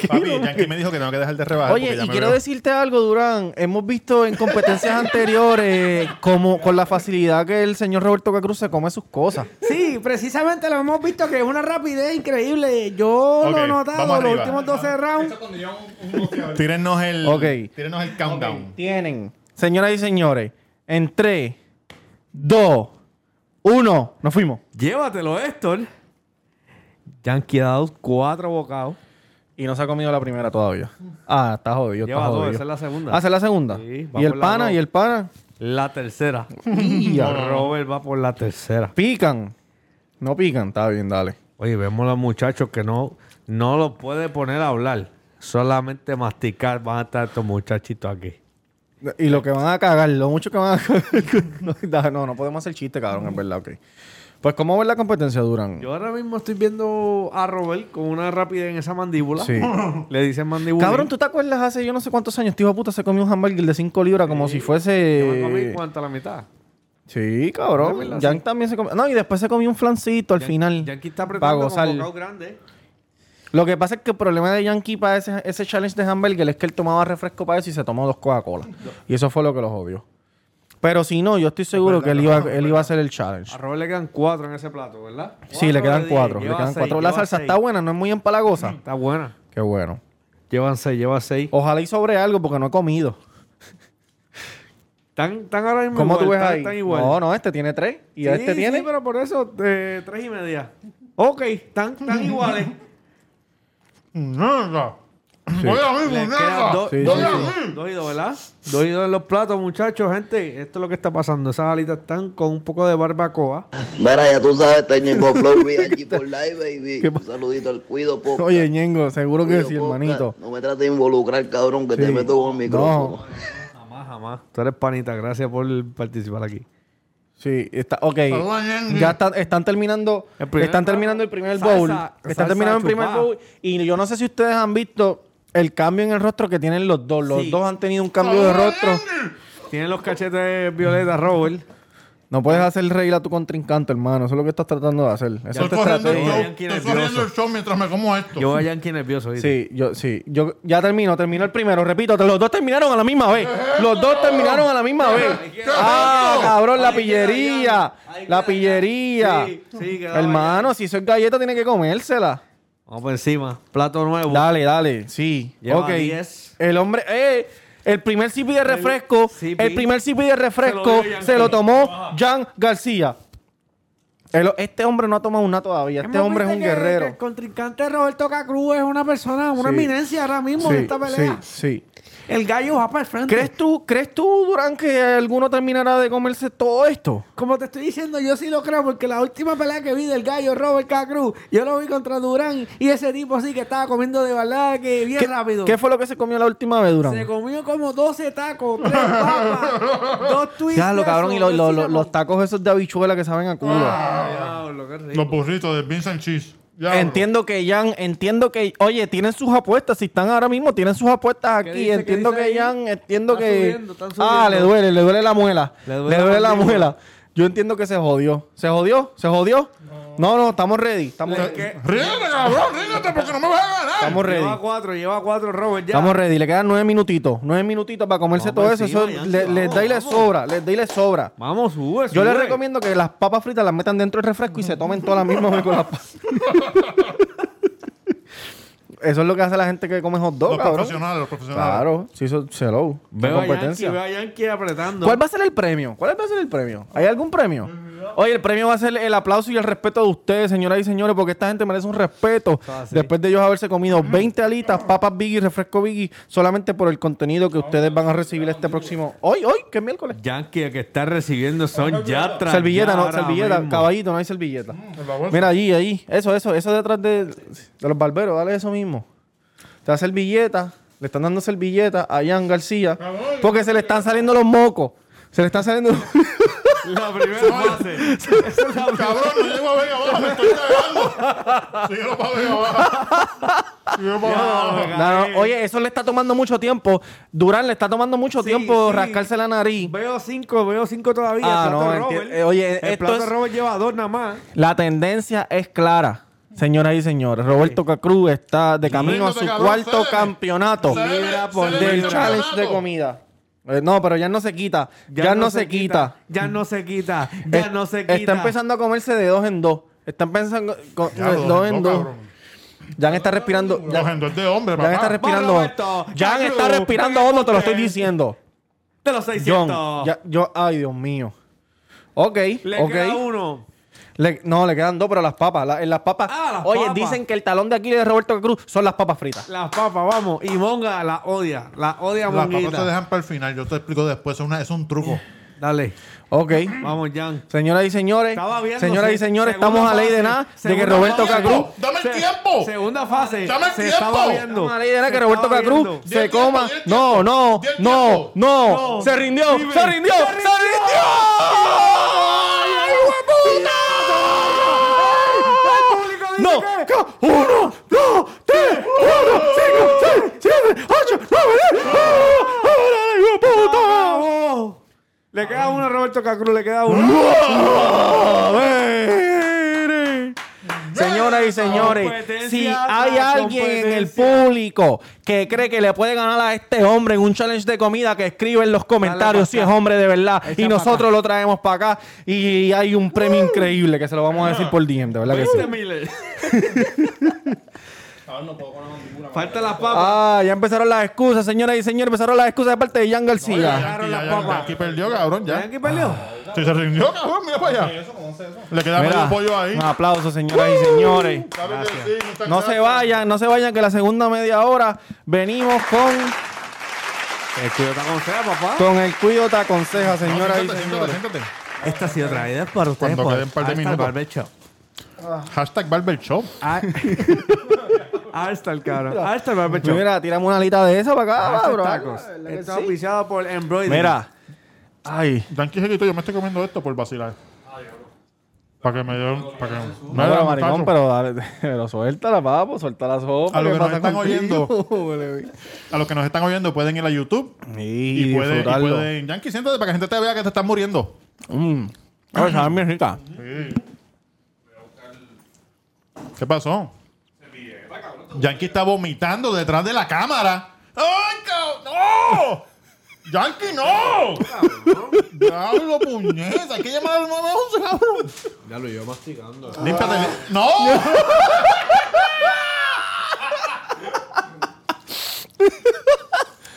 Speaker 1: Papi, el Yankee me dijo que tengo que dejar de rebajar.
Speaker 3: Oye,
Speaker 1: porque ya
Speaker 3: y
Speaker 1: me
Speaker 3: quiero
Speaker 1: veo-
Speaker 3: decirte algo, Durán. Hemos visto en competencias anteriores como con la facilidad que el señor Roberto Cacruz se come sus cosas.
Speaker 7: Sí, precisamente lo hemos visto que es una rapidez increíble. Yo lo
Speaker 1: Ok,
Speaker 7: he
Speaker 1: vamos
Speaker 7: notado los
Speaker 1: arriba.
Speaker 7: últimos 12 rounds.
Speaker 1: Tírennos el,
Speaker 3: Ok.
Speaker 1: tírennos el countdown.
Speaker 3: Tienen, señoras y señores, en 3, 2, 1, nos fuimos.
Speaker 5: Llévatelo, Héctor. Ya han quedado cuatro bocados.
Speaker 3: Y no se ha comido la primera todavía. Ah, está jodido, está
Speaker 5: Lleva dos,
Speaker 3: jodido.
Speaker 5: esa es la segunda.
Speaker 3: Ah, esa es la segunda.
Speaker 5: Sí, va
Speaker 3: y el
Speaker 5: por la
Speaker 3: pana,
Speaker 5: dos.
Speaker 3: y el pana.
Speaker 5: La tercera.
Speaker 3: Ya.
Speaker 5: Robert va por la tercera.
Speaker 3: pican. No pican, está bien, dale.
Speaker 5: Oye, vemos a los muchachos que no, no los puede poner a hablar. Solamente masticar van a estar estos muchachitos aquí.
Speaker 3: Y lo que van a cagar, lo mucho que van a cagar. No, da- no, no podemos hacer chiste, cabrón, es verdad, ok. Pues, ¿cómo ver la competencia, Duran?
Speaker 5: Yo ahora mismo estoy viendo a Robert con una rapidez en esa mandíbula.
Speaker 3: Sí.
Speaker 5: Le dicen mandíbula.
Speaker 3: Cabrón, ¿tú te acuerdas hace yo no sé cuántos años, tío de puta, se comió un hamburger de 5 libras como si
Speaker 5: Yo me comí
Speaker 3: fuese...
Speaker 5: cuánto a la mitad.
Speaker 3: Sí, cabrón.
Speaker 5: Dámela,
Speaker 3: Jan
Speaker 5: sí.
Speaker 3: también se comió... No, y después se comió un flancito al final.
Speaker 5: Yankee está
Speaker 3: para
Speaker 5: apretando
Speaker 3: gozar.
Speaker 5: con bocado grande.
Speaker 3: Lo que pasa es que el problema de Yankee para ese, ese challenge de hamburger es que él tomaba refresco para eso y se tomó dos Coca-Cola. Y eso fue lo que los odió. Pero si no, yo estoy seguro que él iba, él iba a hacer el challenge.
Speaker 5: A Robert le quedan cuatro en ese plato, ¿verdad?
Speaker 3: Sí, le quedan
Speaker 5: de diez.
Speaker 3: cuatro. Le
Speaker 5: Lleva
Speaker 3: quedan
Speaker 5: seis,
Speaker 3: cuatro. La
Speaker 5: lleva
Speaker 3: salsa
Speaker 5: seis.
Speaker 3: está buena, no es muy empalagosa.
Speaker 5: Está buena.
Speaker 3: Qué bueno.
Speaker 5: Llevan seis, lleva seis.
Speaker 3: Ojalá y sobre algo porque no he comido.
Speaker 5: Están, están ahora mismo
Speaker 3: ¿Cómo
Speaker 5: igual,
Speaker 3: tú ves
Speaker 5: están-
Speaker 3: ahí?
Speaker 5: Están igual.
Speaker 3: No, no, este tiene tres. Y
Speaker 5: Sí,
Speaker 3: este tiene.
Speaker 5: Sí, pero por eso, eh, tres y media. Ok, están, están iguales.
Speaker 1: Mierda. Voy a mi
Speaker 5: Le
Speaker 1: muñeca.
Speaker 5: quedan dos-
Speaker 3: Sí,
Speaker 5: dos
Speaker 3: sí,
Speaker 5: y dos, dos y dos, ¿verdad? Dos y dos en los platos, muchachos, gente. Esto es lo que está pasando. Esas alitas están con un poco de barbacoa.
Speaker 8: Mira, ya tú sabes, técnico Flow VLG por live, baby. Un saludito al cuido, poco.
Speaker 3: Oye, Ñengo, seguro que
Speaker 8: Cuido
Speaker 3: sí,
Speaker 8: Podcast.
Speaker 3: hermanito.
Speaker 8: No me trates de involucrar, cabrón, que te
Speaker 3: Sí.
Speaker 8: meto con el micrófono.
Speaker 3: No.
Speaker 5: Jamás, jamás. Tú eres panita. Gracias por participar aquí.
Speaker 3: Sí, está, ok.
Speaker 1: Saluda, Ñengo.
Speaker 3: Ya está- están terminando,
Speaker 5: El primer-
Speaker 3: están terminando el primer
Speaker 5: Salsa-
Speaker 3: bowl.
Speaker 5: salsa
Speaker 3: Están terminando el primer
Speaker 5: chupada.
Speaker 3: bowl. Y yo no sé si ustedes han visto el cambio en el rostro que tienen los dos. Los
Speaker 5: Sí.
Speaker 3: dos han tenido un cambio de rostro.
Speaker 5: Tienen los cachetes violeta, Robert.
Speaker 3: No puedes hacer reír a tu contrincante, hermano. Eso es lo que estás tratando de hacer. Esa
Speaker 1: Estoy
Speaker 3: es tu
Speaker 1: corriendo el
Speaker 3: estrategia.
Speaker 1: show.
Speaker 5: Yankee
Speaker 1: Estoy
Speaker 5: nervioso.
Speaker 1: corriendo el show mientras me como esto.
Speaker 5: Yo voy a Yankee nervioso. ¿viste?
Speaker 3: Sí, yo, sí. Yo ya termino, termino el primero. Repito, los dos terminaron a la misma vez. Los dos terminaron a la misma vez. Ah, cabrón, la
Speaker 5: Ahí queda
Speaker 3: pillería.
Speaker 5: Jan. Ahí
Speaker 3: La
Speaker 5: queda
Speaker 3: pillería.
Speaker 5: Jan. Sí, sí, quedaba
Speaker 3: Hermano, si eso es galleta, tiene que comérsela.
Speaker 5: Vamos por encima. Plato nuevo.
Speaker 3: Dale, dale. Sí.
Speaker 5: Lleva
Speaker 3: ok.
Speaker 5: 10.
Speaker 3: El hombre. ¡Eh! El primer sipi de refresco.
Speaker 5: sipi.
Speaker 3: El primer sipi de refresco
Speaker 5: Se lo dio Jan.
Speaker 3: se lo tomó Jan García. El- este hombre no ha tomado una todavía. Este
Speaker 7: Hemos
Speaker 3: hombre es
Speaker 7: visto
Speaker 3: un
Speaker 7: que-
Speaker 3: guerrero.
Speaker 7: que el contrincante Roberto Cacruz es una persona, una
Speaker 3: Sí.
Speaker 7: eminencia ahora mismo en esta pelea.
Speaker 3: sí.
Speaker 7: El gallo va para el frente.
Speaker 3: ¿Crees tú, ¿Crees tú, Durán, que alguno terminará de comerse todo esto?
Speaker 7: Como te estoy diciendo, yo sí lo creo, porque la última pelea que vi del gallo Robert Cacruz, yo lo vi contra Durán y ese tipo sí que estaba comiendo de verdad que bien
Speaker 3: ¿Qué,
Speaker 7: rápido.
Speaker 3: qué fue lo que se comió la última vez, Durán?
Speaker 7: Se comió como 12 tacos, tres papas, dos twists.
Speaker 3: Ya, lo cabrón, y lo- lo- lo- los tacos esos de habichuela que saben a culo.
Speaker 5: Diablo, qué rico.
Speaker 1: Los burritos de Vincent Cheese. Diablo.
Speaker 3: Entiendo que Jan, entiendo que, oye, tienen sus apuestas, si están ahora mismo, tienen sus apuestas aquí.
Speaker 5: dice? ¿Qué
Speaker 3: entiendo
Speaker 5: dice
Speaker 3: que
Speaker 5: ahí?
Speaker 3: Jan, entiendo
Speaker 5: Están
Speaker 3: que.
Speaker 5: subiendo, están
Speaker 3: Ah, le
Speaker 5: subiendo.
Speaker 3: duele, le duele la muela.
Speaker 5: Le
Speaker 3: Le
Speaker 5: duele
Speaker 3: duele,
Speaker 5: la
Speaker 3: la
Speaker 5: mandíbula.
Speaker 3: muela. Yo entiendo que se jodió. ¿Se jodió? ¿Se jodió? No, no, estamos ready. Estamos,
Speaker 1: Ríete, cabrón, ríete porque no me vas a ganar.
Speaker 3: estamos ready.
Speaker 5: Lleva cuatro, lleva cuatro, Robert. Ya.
Speaker 3: Estamos ready, le quedan nueve minutitos. Nueve minutitos para comerse
Speaker 5: Vamos
Speaker 3: todo eso.
Speaker 5: encima,
Speaker 3: eso
Speaker 5: Yankee,
Speaker 3: le-
Speaker 5: vamos,
Speaker 3: les da y les
Speaker 5: vamos.
Speaker 3: sobra, les da y les sobra.
Speaker 5: Vamos, sube,
Speaker 3: Yo les
Speaker 5: sube.
Speaker 3: recomiendo que las papas fritas las metan dentro del refresco y se tomen todas las mismas vez con las papas. eso es lo que hace la gente que come hot dog,
Speaker 1: Los
Speaker 3: cabrón.
Speaker 1: profesionales, los profesionales.
Speaker 3: Claro, sí, eso se lo.
Speaker 5: Veo a Yankee,
Speaker 3: competencia.
Speaker 5: veo a Yankee apretando.
Speaker 3: ¿Cuál va a ser el premio? ¿Cuál va a ser el premio? ¿Hay algún premio? Oye, el premio va a ser el aplauso y el respeto de ustedes, señoras y señores, porque esta gente merece un respeto.
Speaker 5: Ah, sí.
Speaker 3: Después de ellos haberse comido 20 alitas, papas Biggie, refresco Biggie, solamente por el contenido que ustedes van a recibir este próximo. Hoy, hoy, que es miércoles.
Speaker 5: Yankee el que está recibiendo son yatra.
Speaker 3: Servilleta, no,
Speaker 5: ahora
Speaker 3: servilleta,
Speaker 5: mismo.
Speaker 3: caballito, no hay servilleta. Mira allí, allí. Eso, eso, eso detrás de, de los barberos, dale eso mismo. Te da servilleta, le están dando servilleta a Jan García, porque se le están saliendo los mocos. Se le están saliendo los...
Speaker 5: La primera fase.
Speaker 1: Cabrón, no llego a Vega Baja, me estoy cagando. Síguelo para Vega Baja. Síguelo para Vega Baja.
Speaker 3: No,
Speaker 5: eh.
Speaker 3: no, oye, eso le está tomando mucho tiempo. Durán le está tomando mucho
Speaker 5: Sí,
Speaker 3: tiempo
Speaker 5: sí.
Speaker 3: rascarse la nariz.
Speaker 5: Veo cinco, veo cinco todavía.
Speaker 3: Ah,
Speaker 5: el plato
Speaker 3: no,
Speaker 5: de
Speaker 3: enti-
Speaker 5: Robert.
Speaker 3: eh, oye,
Speaker 5: el
Speaker 3: esto
Speaker 5: plato de
Speaker 3: es-
Speaker 5: Robert lleva dos nada más.
Speaker 3: La tendencia es clara, señoras y señores. Roberto Cacruz está de camino a
Speaker 1: Ríndete,
Speaker 3: su
Speaker 1: cabrón,
Speaker 3: cuarto
Speaker 1: cédele.
Speaker 3: campeonato
Speaker 1: Cédele,
Speaker 5: Libra por
Speaker 1: cédele el
Speaker 3: del challenge de
Speaker 1: campeonato.
Speaker 3: comida. Eh, no, pero ya no se quita. Ya, no, se quita.
Speaker 5: Ya no se quita. Ya
Speaker 3: Es-
Speaker 5: no se quita.
Speaker 3: Está empezando a comerse de dos en dos. Está empezando con-
Speaker 1: Ya,
Speaker 3: de
Speaker 1: dos,
Speaker 3: dos en
Speaker 1: dos,
Speaker 3: dos.
Speaker 1: cabrón.
Speaker 3: Jan está respirando.
Speaker 1: Los
Speaker 3: Jan,
Speaker 1: endos de hombre,
Speaker 3: Jan está
Speaker 1: papá.
Speaker 3: respirando.
Speaker 5: Va, Roberto,
Speaker 3: Jan
Speaker 5: Cacruz,
Speaker 3: está respirando
Speaker 5: ven
Speaker 3: hondo, te lo estoy
Speaker 5: usted.
Speaker 3: diciendo.
Speaker 5: de los
Speaker 3: John,
Speaker 5: 600.
Speaker 3: ya- yo, ay, Dios mío. Ok,
Speaker 5: Le
Speaker 3: ok.
Speaker 5: queda uno.
Speaker 3: Le- no, le quedan dos, pero las papas. la- en las papas.
Speaker 5: Ah, las
Speaker 3: oye,
Speaker 5: papas.
Speaker 3: dicen que el talón de Aquiles de Roberto Cruz son las papas fritas.
Speaker 5: Las papas, vamos. Y Monga la odia. La odia
Speaker 1: Las papas
Speaker 5: Monguita.
Speaker 1: se dejan para el final, yo te explico después. Es, una- es un truco.
Speaker 5: Dale.
Speaker 3: Ok.
Speaker 5: Vamos, Jan.
Speaker 3: Señoras y señores,
Speaker 5: Estaba viendo,
Speaker 3: señoras
Speaker 5: se-
Speaker 3: y señores,
Speaker 5: segunda
Speaker 3: estamos a ley de
Speaker 5: fase,
Speaker 3: nada de
Speaker 5: segunda
Speaker 3: que Roberto
Speaker 5: fase.
Speaker 3: Cacruz
Speaker 1: ¡Dame el
Speaker 5: Se-
Speaker 1: tiempo!
Speaker 5: Segunda fase.
Speaker 1: ¡Dame el
Speaker 5: se
Speaker 1: tiempo!
Speaker 5: estaba viendo.
Speaker 3: Estamos a la idea de
Speaker 5: Se
Speaker 3: que Roberto
Speaker 5: estaba
Speaker 3: Cruz
Speaker 5: viendo.
Speaker 1: Di el
Speaker 3: se
Speaker 1: tiempo, di
Speaker 3: coma.
Speaker 1: el tiempo,
Speaker 3: No, no,
Speaker 1: di el
Speaker 3: no,
Speaker 1: tiempo.
Speaker 3: no, Se rindió,
Speaker 5: Vive.
Speaker 3: se rindió, se rindió. ¡Ay, hueputa! No, ca- uno, dos, tres, cuatro, cinco, seis, siete, ocho, nueve, diez. ¡Ah! ¡Ahora, ay, hueputa!
Speaker 5: ¡Vamos! Le queda uno a Roberto Cacruz, le queda uno.
Speaker 3: Señoras y señores,
Speaker 5: Competencia
Speaker 3: si
Speaker 5: tras
Speaker 3: hay alguien en el
Speaker 5: competencia.
Speaker 3: público que cree que le puede ganar a este hombre en un challenge de comida, que escribe en los
Speaker 5: Dale pa'
Speaker 3: comentarios si es
Speaker 5: acá.
Speaker 3: hombre de verdad.
Speaker 5: Echa
Speaker 3: Y
Speaker 5: pa'
Speaker 3: nosotros lo traemos para acá. Y hay un premio increíble que se lo vamos a decir por DM, de verdad que sí.
Speaker 5: Miller. Falta las papas.
Speaker 3: Ah, ya empezaron las excusas, señoras y señores. Empezaron las excusas de parte de Jan García.
Speaker 1: Yankee,
Speaker 5: las
Speaker 1: ya,
Speaker 5: papas.
Speaker 1: Yankee perdió, cabrón, ya.
Speaker 5: ¿Saben qué perdió?
Speaker 1: Sí, se rindió, cabrón, mira para allá. Le queda
Speaker 3: Mira,
Speaker 1: medio pollo ahí.
Speaker 3: Un aplauso, señoras y señores.
Speaker 1: Claro que sí, muchas
Speaker 3: No
Speaker 1: gracias.
Speaker 3: se vayan, no se vayan, que la segunda media hora venimos con,
Speaker 5: El cuidado está con sea, papá.
Speaker 3: con el cuido te aconseja,
Speaker 1: No,
Speaker 3: señoras y
Speaker 1: siéntate, siéntate,
Speaker 3: señores.
Speaker 1: siéntate.
Speaker 5: Esta ha sido traída para ustedes.
Speaker 1: Cuando
Speaker 5: por-
Speaker 1: queden un par de
Speaker 5: Hasta el
Speaker 1: minutos.
Speaker 5: Barber Shop.
Speaker 1: Hashtag Barber Shop.
Speaker 5: Hasta el cabrón.
Speaker 1: Ah, este
Speaker 5: Hasta el Barber Shop.
Speaker 3: Mira, tiramos una alita de esa para acá,
Speaker 5: Hasta
Speaker 3: bro.
Speaker 5: tacos.
Speaker 1: este
Speaker 5: Está auspiciado por Embroidery.
Speaker 3: Mira. Ay.
Speaker 1: Yankee se quitó, yo me estoy comiendo esto por vacilar. Para que me den. Para que me
Speaker 3: No, pero
Speaker 1: den
Speaker 3: maricón,
Speaker 1: tacho.
Speaker 3: pero, dale, pero suéltala, papo, suéltala sopa.
Speaker 1: A lo
Speaker 3: ¿qué
Speaker 1: que nos
Speaker 3: pasa
Speaker 1: están
Speaker 3: contigo?
Speaker 1: A los que nos están oyendo pueden ir a YouTube
Speaker 3: y
Speaker 1: y, pueden- y
Speaker 3: disfrutarlo.
Speaker 1: pueden. Yankee, siéntate para que la gente te vea que te estás muriendo.
Speaker 3: Mm. Ay, sabe bien rica.
Speaker 1: ¿Qué pasó? Yankee está vomitando detrás de la cámara. ¡Ay, cabrón! ¡No! ¡Yankee, no! ¡Diablo, puñeta! Hay que llamar al 911, cabrón.
Speaker 5: Ya lo llevo masticando.
Speaker 1: Límpiate. li- ¡No!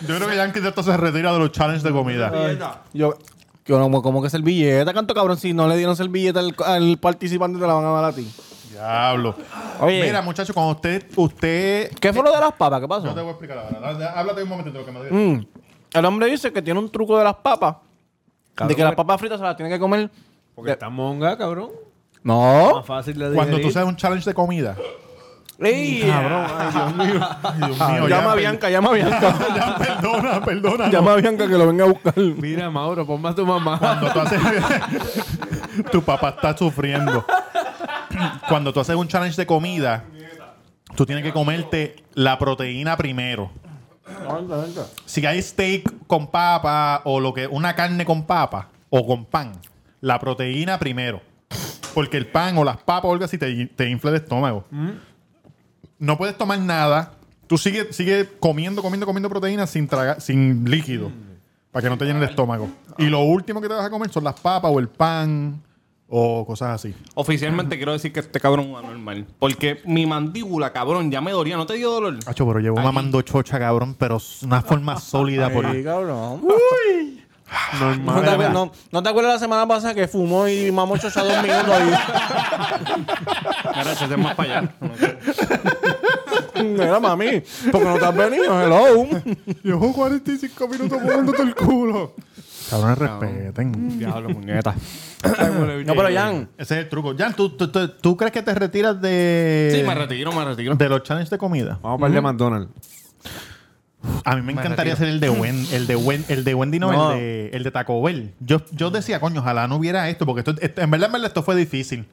Speaker 1: Yo creo que Yankee de esto se retira de los challenges de comida.
Speaker 3: Yo, yo no, como que servilleta, canto cabrón, si no le dieron servilleta al, al participante te la van a dar a ti.
Speaker 1: Diablo.
Speaker 3: Oye.
Speaker 1: Mira, muchachos, cuando usted, usted
Speaker 3: ¿Qué fue lo de las papas? ¿Qué pasó?
Speaker 1: Yo te voy a explicar ahora. Dale, Háblate un momentito de lo que me digas.
Speaker 3: Mm. El hombre dice que tiene un truco de las papas. de que las papas fritas se las tiene que comer.
Speaker 5: Porque está monga, cabrón.
Speaker 3: No.
Speaker 5: Más fácil de
Speaker 1: Cuando tú
Speaker 5: digerir.
Speaker 1: seas un challenge de comida.
Speaker 3: Ey, cabrón.
Speaker 1: Ay, Dios mío. Ah,
Speaker 3: llama
Speaker 1: ya,
Speaker 3: a Bianca, llama a Bianca.
Speaker 1: per- ya, perdona, perdona.
Speaker 3: llama a Bianca que lo venga a buscar.
Speaker 5: Mira, Mauro, ponme a tu mamá.
Speaker 1: Cuando tú haces... tu papá está sufriendo. Cuando tú haces un challenge de comida, tú tienes que comerte la proteína primero. Si hay steak con papa o lo que una carne con papa o con pan, la proteína primero. Porque el pan o las papas o algo así te, te infla el estómago. No puedes tomar nada. Tú sigue, sigue comiendo, comiendo, comiendo proteína sin, traga- sin líquido. Para que no te llene el estómago. Y lo último que te vas a comer son las papas o el pan o cosas así.
Speaker 2: Oficialmente quiero decir que este cabrón es un anormal. Porque mi mandíbula, cabrón, ya me dolía. ¿No te dio dolor?
Speaker 1: Hacho, pero llevo mamando chocha, cabrón, pero s- una forma sólida por
Speaker 3: Ey, cabrón. ¿No te, acuer-
Speaker 1: normal.
Speaker 3: no- no te acuerdas la semana pasada que fumó y mamó chocha dos minutos ahí?
Speaker 2: Mira, échate más para allá.
Speaker 3: Mira, mami, porque no te has venido, hello.
Speaker 1: Llevo 45 minutos poniéndote el culo. Cabrones, respeten.
Speaker 2: Diablo, muñeta.
Speaker 3: No, pero Jan,
Speaker 1: Ese es el truco. Jan, ¿tú, tú, tú- tú crees que te retiras de,
Speaker 2: Sí, me retiro, me retiro.
Speaker 1: de los challenges de comida?
Speaker 5: Vamos para el de McDonald's.
Speaker 1: A mí me encantaría hacer el de Wendy, el de Wen- el de Wendy no,
Speaker 3: No.
Speaker 1: El, de, el de Taco Bell. Yo, yo decía, coño, ojalá no hubiera esto, porque esto, esto- en verdad, en verdad, esto fue difícil.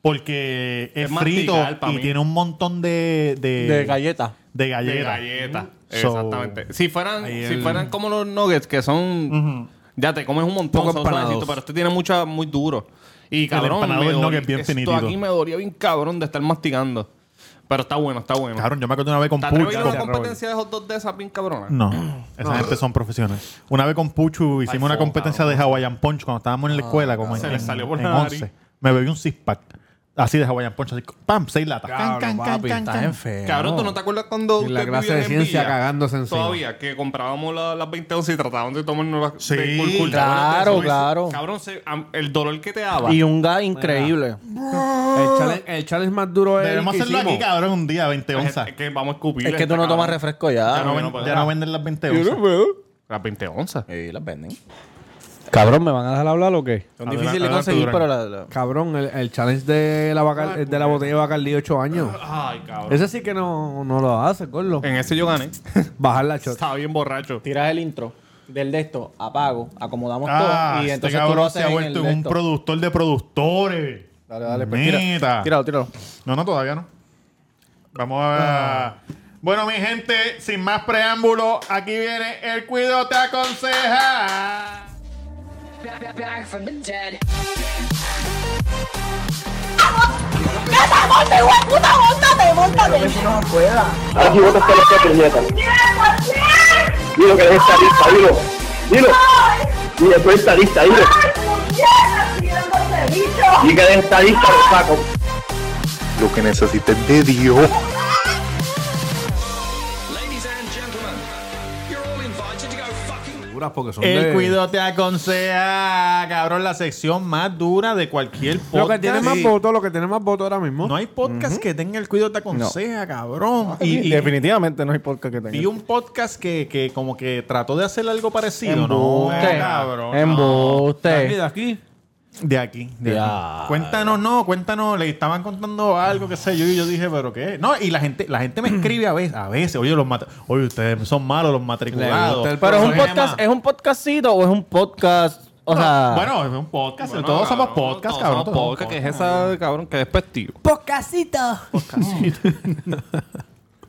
Speaker 1: Porque es,
Speaker 2: Es
Speaker 1: frito
Speaker 2: masticar pa'
Speaker 1: y
Speaker 2: mí.
Speaker 1: tiene un montón de, de,
Speaker 3: de galleta.
Speaker 1: de
Speaker 2: De
Speaker 1: galletas.
Speaker 2: galleta.
Speaker 1: Mm. So-
Speaker 2: Exactamente. Si fueran,
Speaker 1: Ahí
Speaker 2: si
Speaker 1: el-
Speaker 2: fueran como los nuggets, que son. Ya te comes un montón,
Speaker 5: Poco
Speaker 2: son
Speaker 5: empanados.
Speaker 2: suavecitos, pero este tiene mucha, muy duro. Y cabrón,
Speaker 1: empanado
Speaker 2: me
Speaker 1: del nugget
Speaker 2: dolía-
Speaker 1: bien
Speaker 2: esto
Speaker 1: finitito.
Speaker 2: aquí me dolía bien cabrón de estar masticando. Pero está bueno, está bueno.
Speaker 1: Cabrón, yo me acuerdo una vez con
Speaker 2: ¿Te atreves a ir a
Speaker 1: Puchu.
Speaker 2: una competencia de hot dog de esas bien cabronas?
Speaker 1: No, esa gente son profesionales. Una vez con Puchu hicimos una
Speaker 2: foca,
Speaker 1: competencia de Hawaiian Punch cuando estábamos en la escuela, como
Speaker 2: Ah, se
Speaker 1: en,
Speaker 2: le
Speaker 1: en,
Speaker 2: salió por
Speaker 1: en
Speaker 2: la nariz.
Speaker 1: 11. Me bebí un six pack así de Hawaiian Punch, así, pam, seis latas. Can, can, can, can, can.
Speaker 2: Cabrón, ¿tú no te acuerdas cuando
Speaker 5: En la
Speaker 2: ustedes
Speaker 5: clase
Speaker 2: vivían
Speaker 5: de ciencia
Speaker 2: Villa?
Speaker 5: cagándose encima.
Speaker 2: Todavía, que comprábamos la- las 20 onzas y tratábamos de tomarnos las...
Speaker 1: Sí,
Speaker 2: de- por culpa de
Speaker 3: claro,
Speaker 2: las onzas.
Speaker 3: claro.
Speaker 2: Cabrón, se- am- el dolor que te daba.
Speaker 3: Y un gas increíble.
Speaker 5: El challenge, el challenge más duro es.
Speaker 1: Debemos
Speaker 5: el que
Speaker 1: hacerlo aquí,
Speaker 5: hicimos.
Speaker 1: cabrón, un día, 20
Speaker 2: Es,
Speaker 1: onzas.
Speaker 2: es que vamos a escupir.
Speaker 3: Es que tú no tomas refresco ya.
Speaker 2: Ya Pues, eh, no
Speaker 1: Ya
Speaker 2: bueno,
Speaker 1: no
Speaker 2: pues,
Speaker 1: ven- ya no venden las 20
Speaker 3: Yo no
Speaker 1: onzas.
Speaker 3: puedo.
Speaker 2: Las 20 onzas.
Speaker 3: Sí, las venden.
Speaker 5: Cabrón, ¿me van a dejar hablar o qué?
Speaker 3: Son
Speaker 1: Adelante,
Speaker 3: difíciles de
Speaker 1: adelante,
Speaker 3: conseguir,
Speaker 1: Durán.
Speaker 3: pero la, la-
Speaker 5: Cabrón, el, el challenge de la, Bacar- de la botella de Bacardi 8 años.
Speaker 2: Ay, cabrón.
Speaker 5: Ese sí que no, no lo hace, gordo.
Speaker 2: En ese yo gané.
Speaker 5: Bajar la chota.
Speaker 2: Estaba bien borracho.
Speaker 3: Tiras el intro del de esto, apago, acomodamos
Speaker 1: Ah,
Speaker 3: todo y
Speaker 1: este
Speaker 3: entonces tú lo
Speaker 1: cabrón
Speaker 3: haces
Speaker 1: se ha
Speaker 3: en
Speaker 1: vuelto
Speaker 3: el
Speaker 1: en
Speaker 3: de
Speaker 1: un
Speaker 3: esto.
Speaker 1: productor de productores.
Speaker 3: Dale, dale, pues tira.
Speaker 1: Meta.
Speaker 3: Tíralo, tíralo.
Speaker 1: No, no, todavía no. Vamos
Speaker 3: Ah.
Speaker 1: a... Bueno, mi gente, sin más preámbulo, aquí viene El Cuido Te Aconseja.
Speaker 4: Back, back from the dead.
Speaker 9: Aquí vos estás los que nietas. Dilo que eres estadista, dilo. Dilo. Dilo, tú eres estadista, dilo. Dilo que eres estadista, lo saco.
Speaker 10: Lo que necesites de Dios. duras porque son
Speaker 1: El
Speaker 10: de...
Speaker 1: cuido te aconseja, cabrón, la sección más dura de cualquier podcast.
Speaker 10: Lo que tiene más votos, lo que tiene más votos ahora mismo.
Speaker 1: No hay podcast que tenga el cuido te aconseja, cabrón.
Speaker 3: Y,
Speaker 1: Y, y
Speaker 3: definitivamente no hay podcast que
Speaker 1: vi
Speaker 3: tenga.
Speaker 1: un podcast que, que como que trató de hacer algo parecido, ¿no? Ah,
Speaker 3: Embuste.
Speaker 1: cabrón.
Speaker 10: Aquí,
Speaker 3: Embuste.
Speaker 10: de aquí.
Speaker 1: De aquí. de aquí. Cuéntanos, no, cuéntanos. Le estaban contando algo, qué sé yo, y yo dije, pero qué. No, y la gente, la gente me escribe a veces, a veces, oye, los mat- oye, ustedes son malos los matriculados.
Speaker 10: el
Speaker 3: Pero es un
Speaker 1: Son
Speaker 3: podcast,
Speaker 1: demás.
Speaker 3: es un podcastcito o es un podcast, o sea,
Speaker 1: Bueno, es un podcast. todos somos podcast, cabrón.
Speaker 2: Somos podcast, que es esa, cabrón, que es despectivo.
Speaker 7: Pocasito.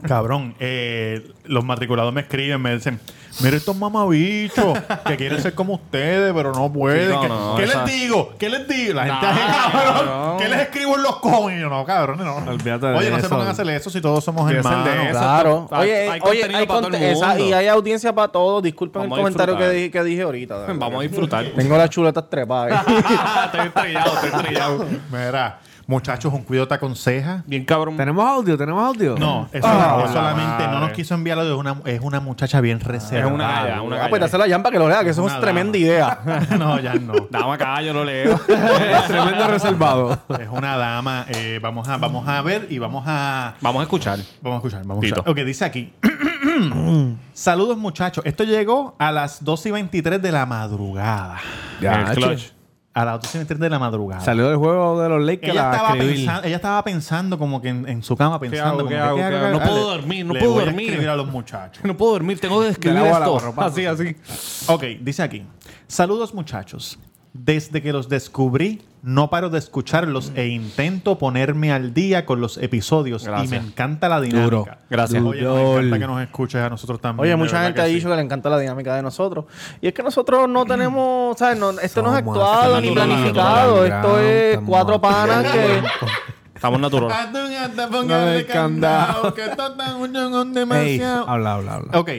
Speaker 1: Cabrón, eh, los matriculados me escriben, me dicen, mira estos mamabichos que quieren ser como ustedes, pero no pueden.
Speaker 2: Sí, no,
Speaker 1: ¿Qué,
Speaker 2: no,
Speaker 1: qué
Speaker 2: esa-
Speaker 1: les digo? ¿Qué les digo? La gente,
Speaker 2: Nah,
Speaker 1: cabrón,
Speaker 2: cabrón.
Speaker 1: ¿qué les escribo en los cojones? Yo, no, cabrón, no.
Speaker 10: Olvídate de
Speaker 1: Oye, no se
Speaker 10: eso.
Speaker 1: pongan a hacer eso si todos somos
Speaker 2: Que es el
Speaker 1: hermanos.
Speaker 2: de eso.
Speaker 3: claro.
Speaker 2: Hay-
Speaker 3: oye,
Speaker 2: hay
Speaker 3: hay,
Speaker 2: contenido
Speaker 3: oye,
Speaker 2: para
Speaker 3: hay
Speaker 2: todo el
Speaker 3: conte- esa-
Speaker 2: mundo.
Speaker 3: y hay audiencia para todos. Disculpen
Speaker 2: Vamos a
Speaker 3: el comentario que,
Speaker 2: disfrutar.
Speaker 3: di- que dije ahorita. de verdad.
Speaker 2: Vamos a disfrutar.
Speaker 3: Tengo las chuletas trepadas.
Speaker 2: estoy estrellado, estoy estrellado.
Speaker 1: Mira, muchachos, un cuido te aconseja.
Speaker 2: Bien cabrón.
Speaker 10: ¿Tenemos audio? ¿Tenemos audio?
Speaker 2: Ah,
Speaker 1: No, eso, eso solamente no nos quiso enviarlo. Es una, es una muchacha bien reservada.
Speaker 2: Ah, una galla, una
Speaker 3: Ah, pues dásela a Jan para que lo lea, que eso es
Speaker 1: Una
Speaker 3: tremenda
Speaker 1: dama.
Speaker 3: idea.
Speaker 1: no, ya no.
Speaker 2: Dame acá, yo lo leo.
Speaker 10: Tremendo reservado.
Speaker 1: Es una dama. Eh, vamos, a, vamos a ver y vamos a...
Speaker 2: Vamos a escuchar.
Speaker 1: Vamos a escuchar, vamos a
Speaker 2: Tito.
Speaker 1: escuchar. Ok, dice aquí. Saludos, muchachos. Esto llegó a las 2 y 23 de la madrugada.
Speaker 10: Ya,
Speaker 2: el clutch.
Speaker 10: che.
Speaker 1: A las 2 y 23 de la madrugada.
Speaker 10: Salió del juego de los Lakers
Speaker 1: ella,
Speaker 10: a
Speaker 1: estaba
Speaker 10: escribir.
Speaker 1: pensando, ella estaba pensando como que en, en su cama pensando.
Speaker 2: hago,
Speaker 1: como
Speaker 2: qué
Speaker 1: que,
Speaker 2: hago, qué hago? No
Speaker 1: Ah,
Speaker 2: puedo
Speaker 1: le-
Speaker 2: dormir, no
Speaker 1: le
Speaker 2: puedo
Speaker 1: voy a
Speaker 2: dormir.
Speaker 1: escribir a los muchachos.
Speaker 2: No puedo dormir, tengo que escribir
Speaker 10: De la bola,
Speaker 2: esto.
Speaker 10: borropazo.
Speaker 2: Así, así.
Speaker 1: Ok, dice aquí. Saludos, muchachos. Desde que los descubrí, no paro de escucharlos e intento ponerme al día con los episodios. Y
Speaker 2: Gracias.
Speaker 1: me encanta la dinámica.
Speaker 10: Duro.
Speaker 2: Gracias.
Speaker 1: Oye, nos encanta que nos escuches a nosotros también.
Speaker 3: Oye,
Speaker 1: de
Speaker 3: mucha
Speaker 1: verdad
Speaker 3: gente ha
Speaker 1: que sí.
Speaker 3: dicho que le encanta la dinámica de nosotros. Y es que nosotros no tenemos, ¿sabes? No, esto no es
Speaker 10: Somos
Speaker 3: actuado ni
Speaker 2: natural,
Speaker 3: planificado.
Speaker 10: natural,
Speaker 3: Esto es
Speaker 10: estamos
Speaker 3: cuatro panas que.
Speaker 2: Estamos naturales.
Speaker 10: No del candado.
Speaker 1: que está tan un
Speaker 10: Ey,
Speaker 1: demasiado.
Speaker 10: habla, habla, habla.
Speaker 1: Ok,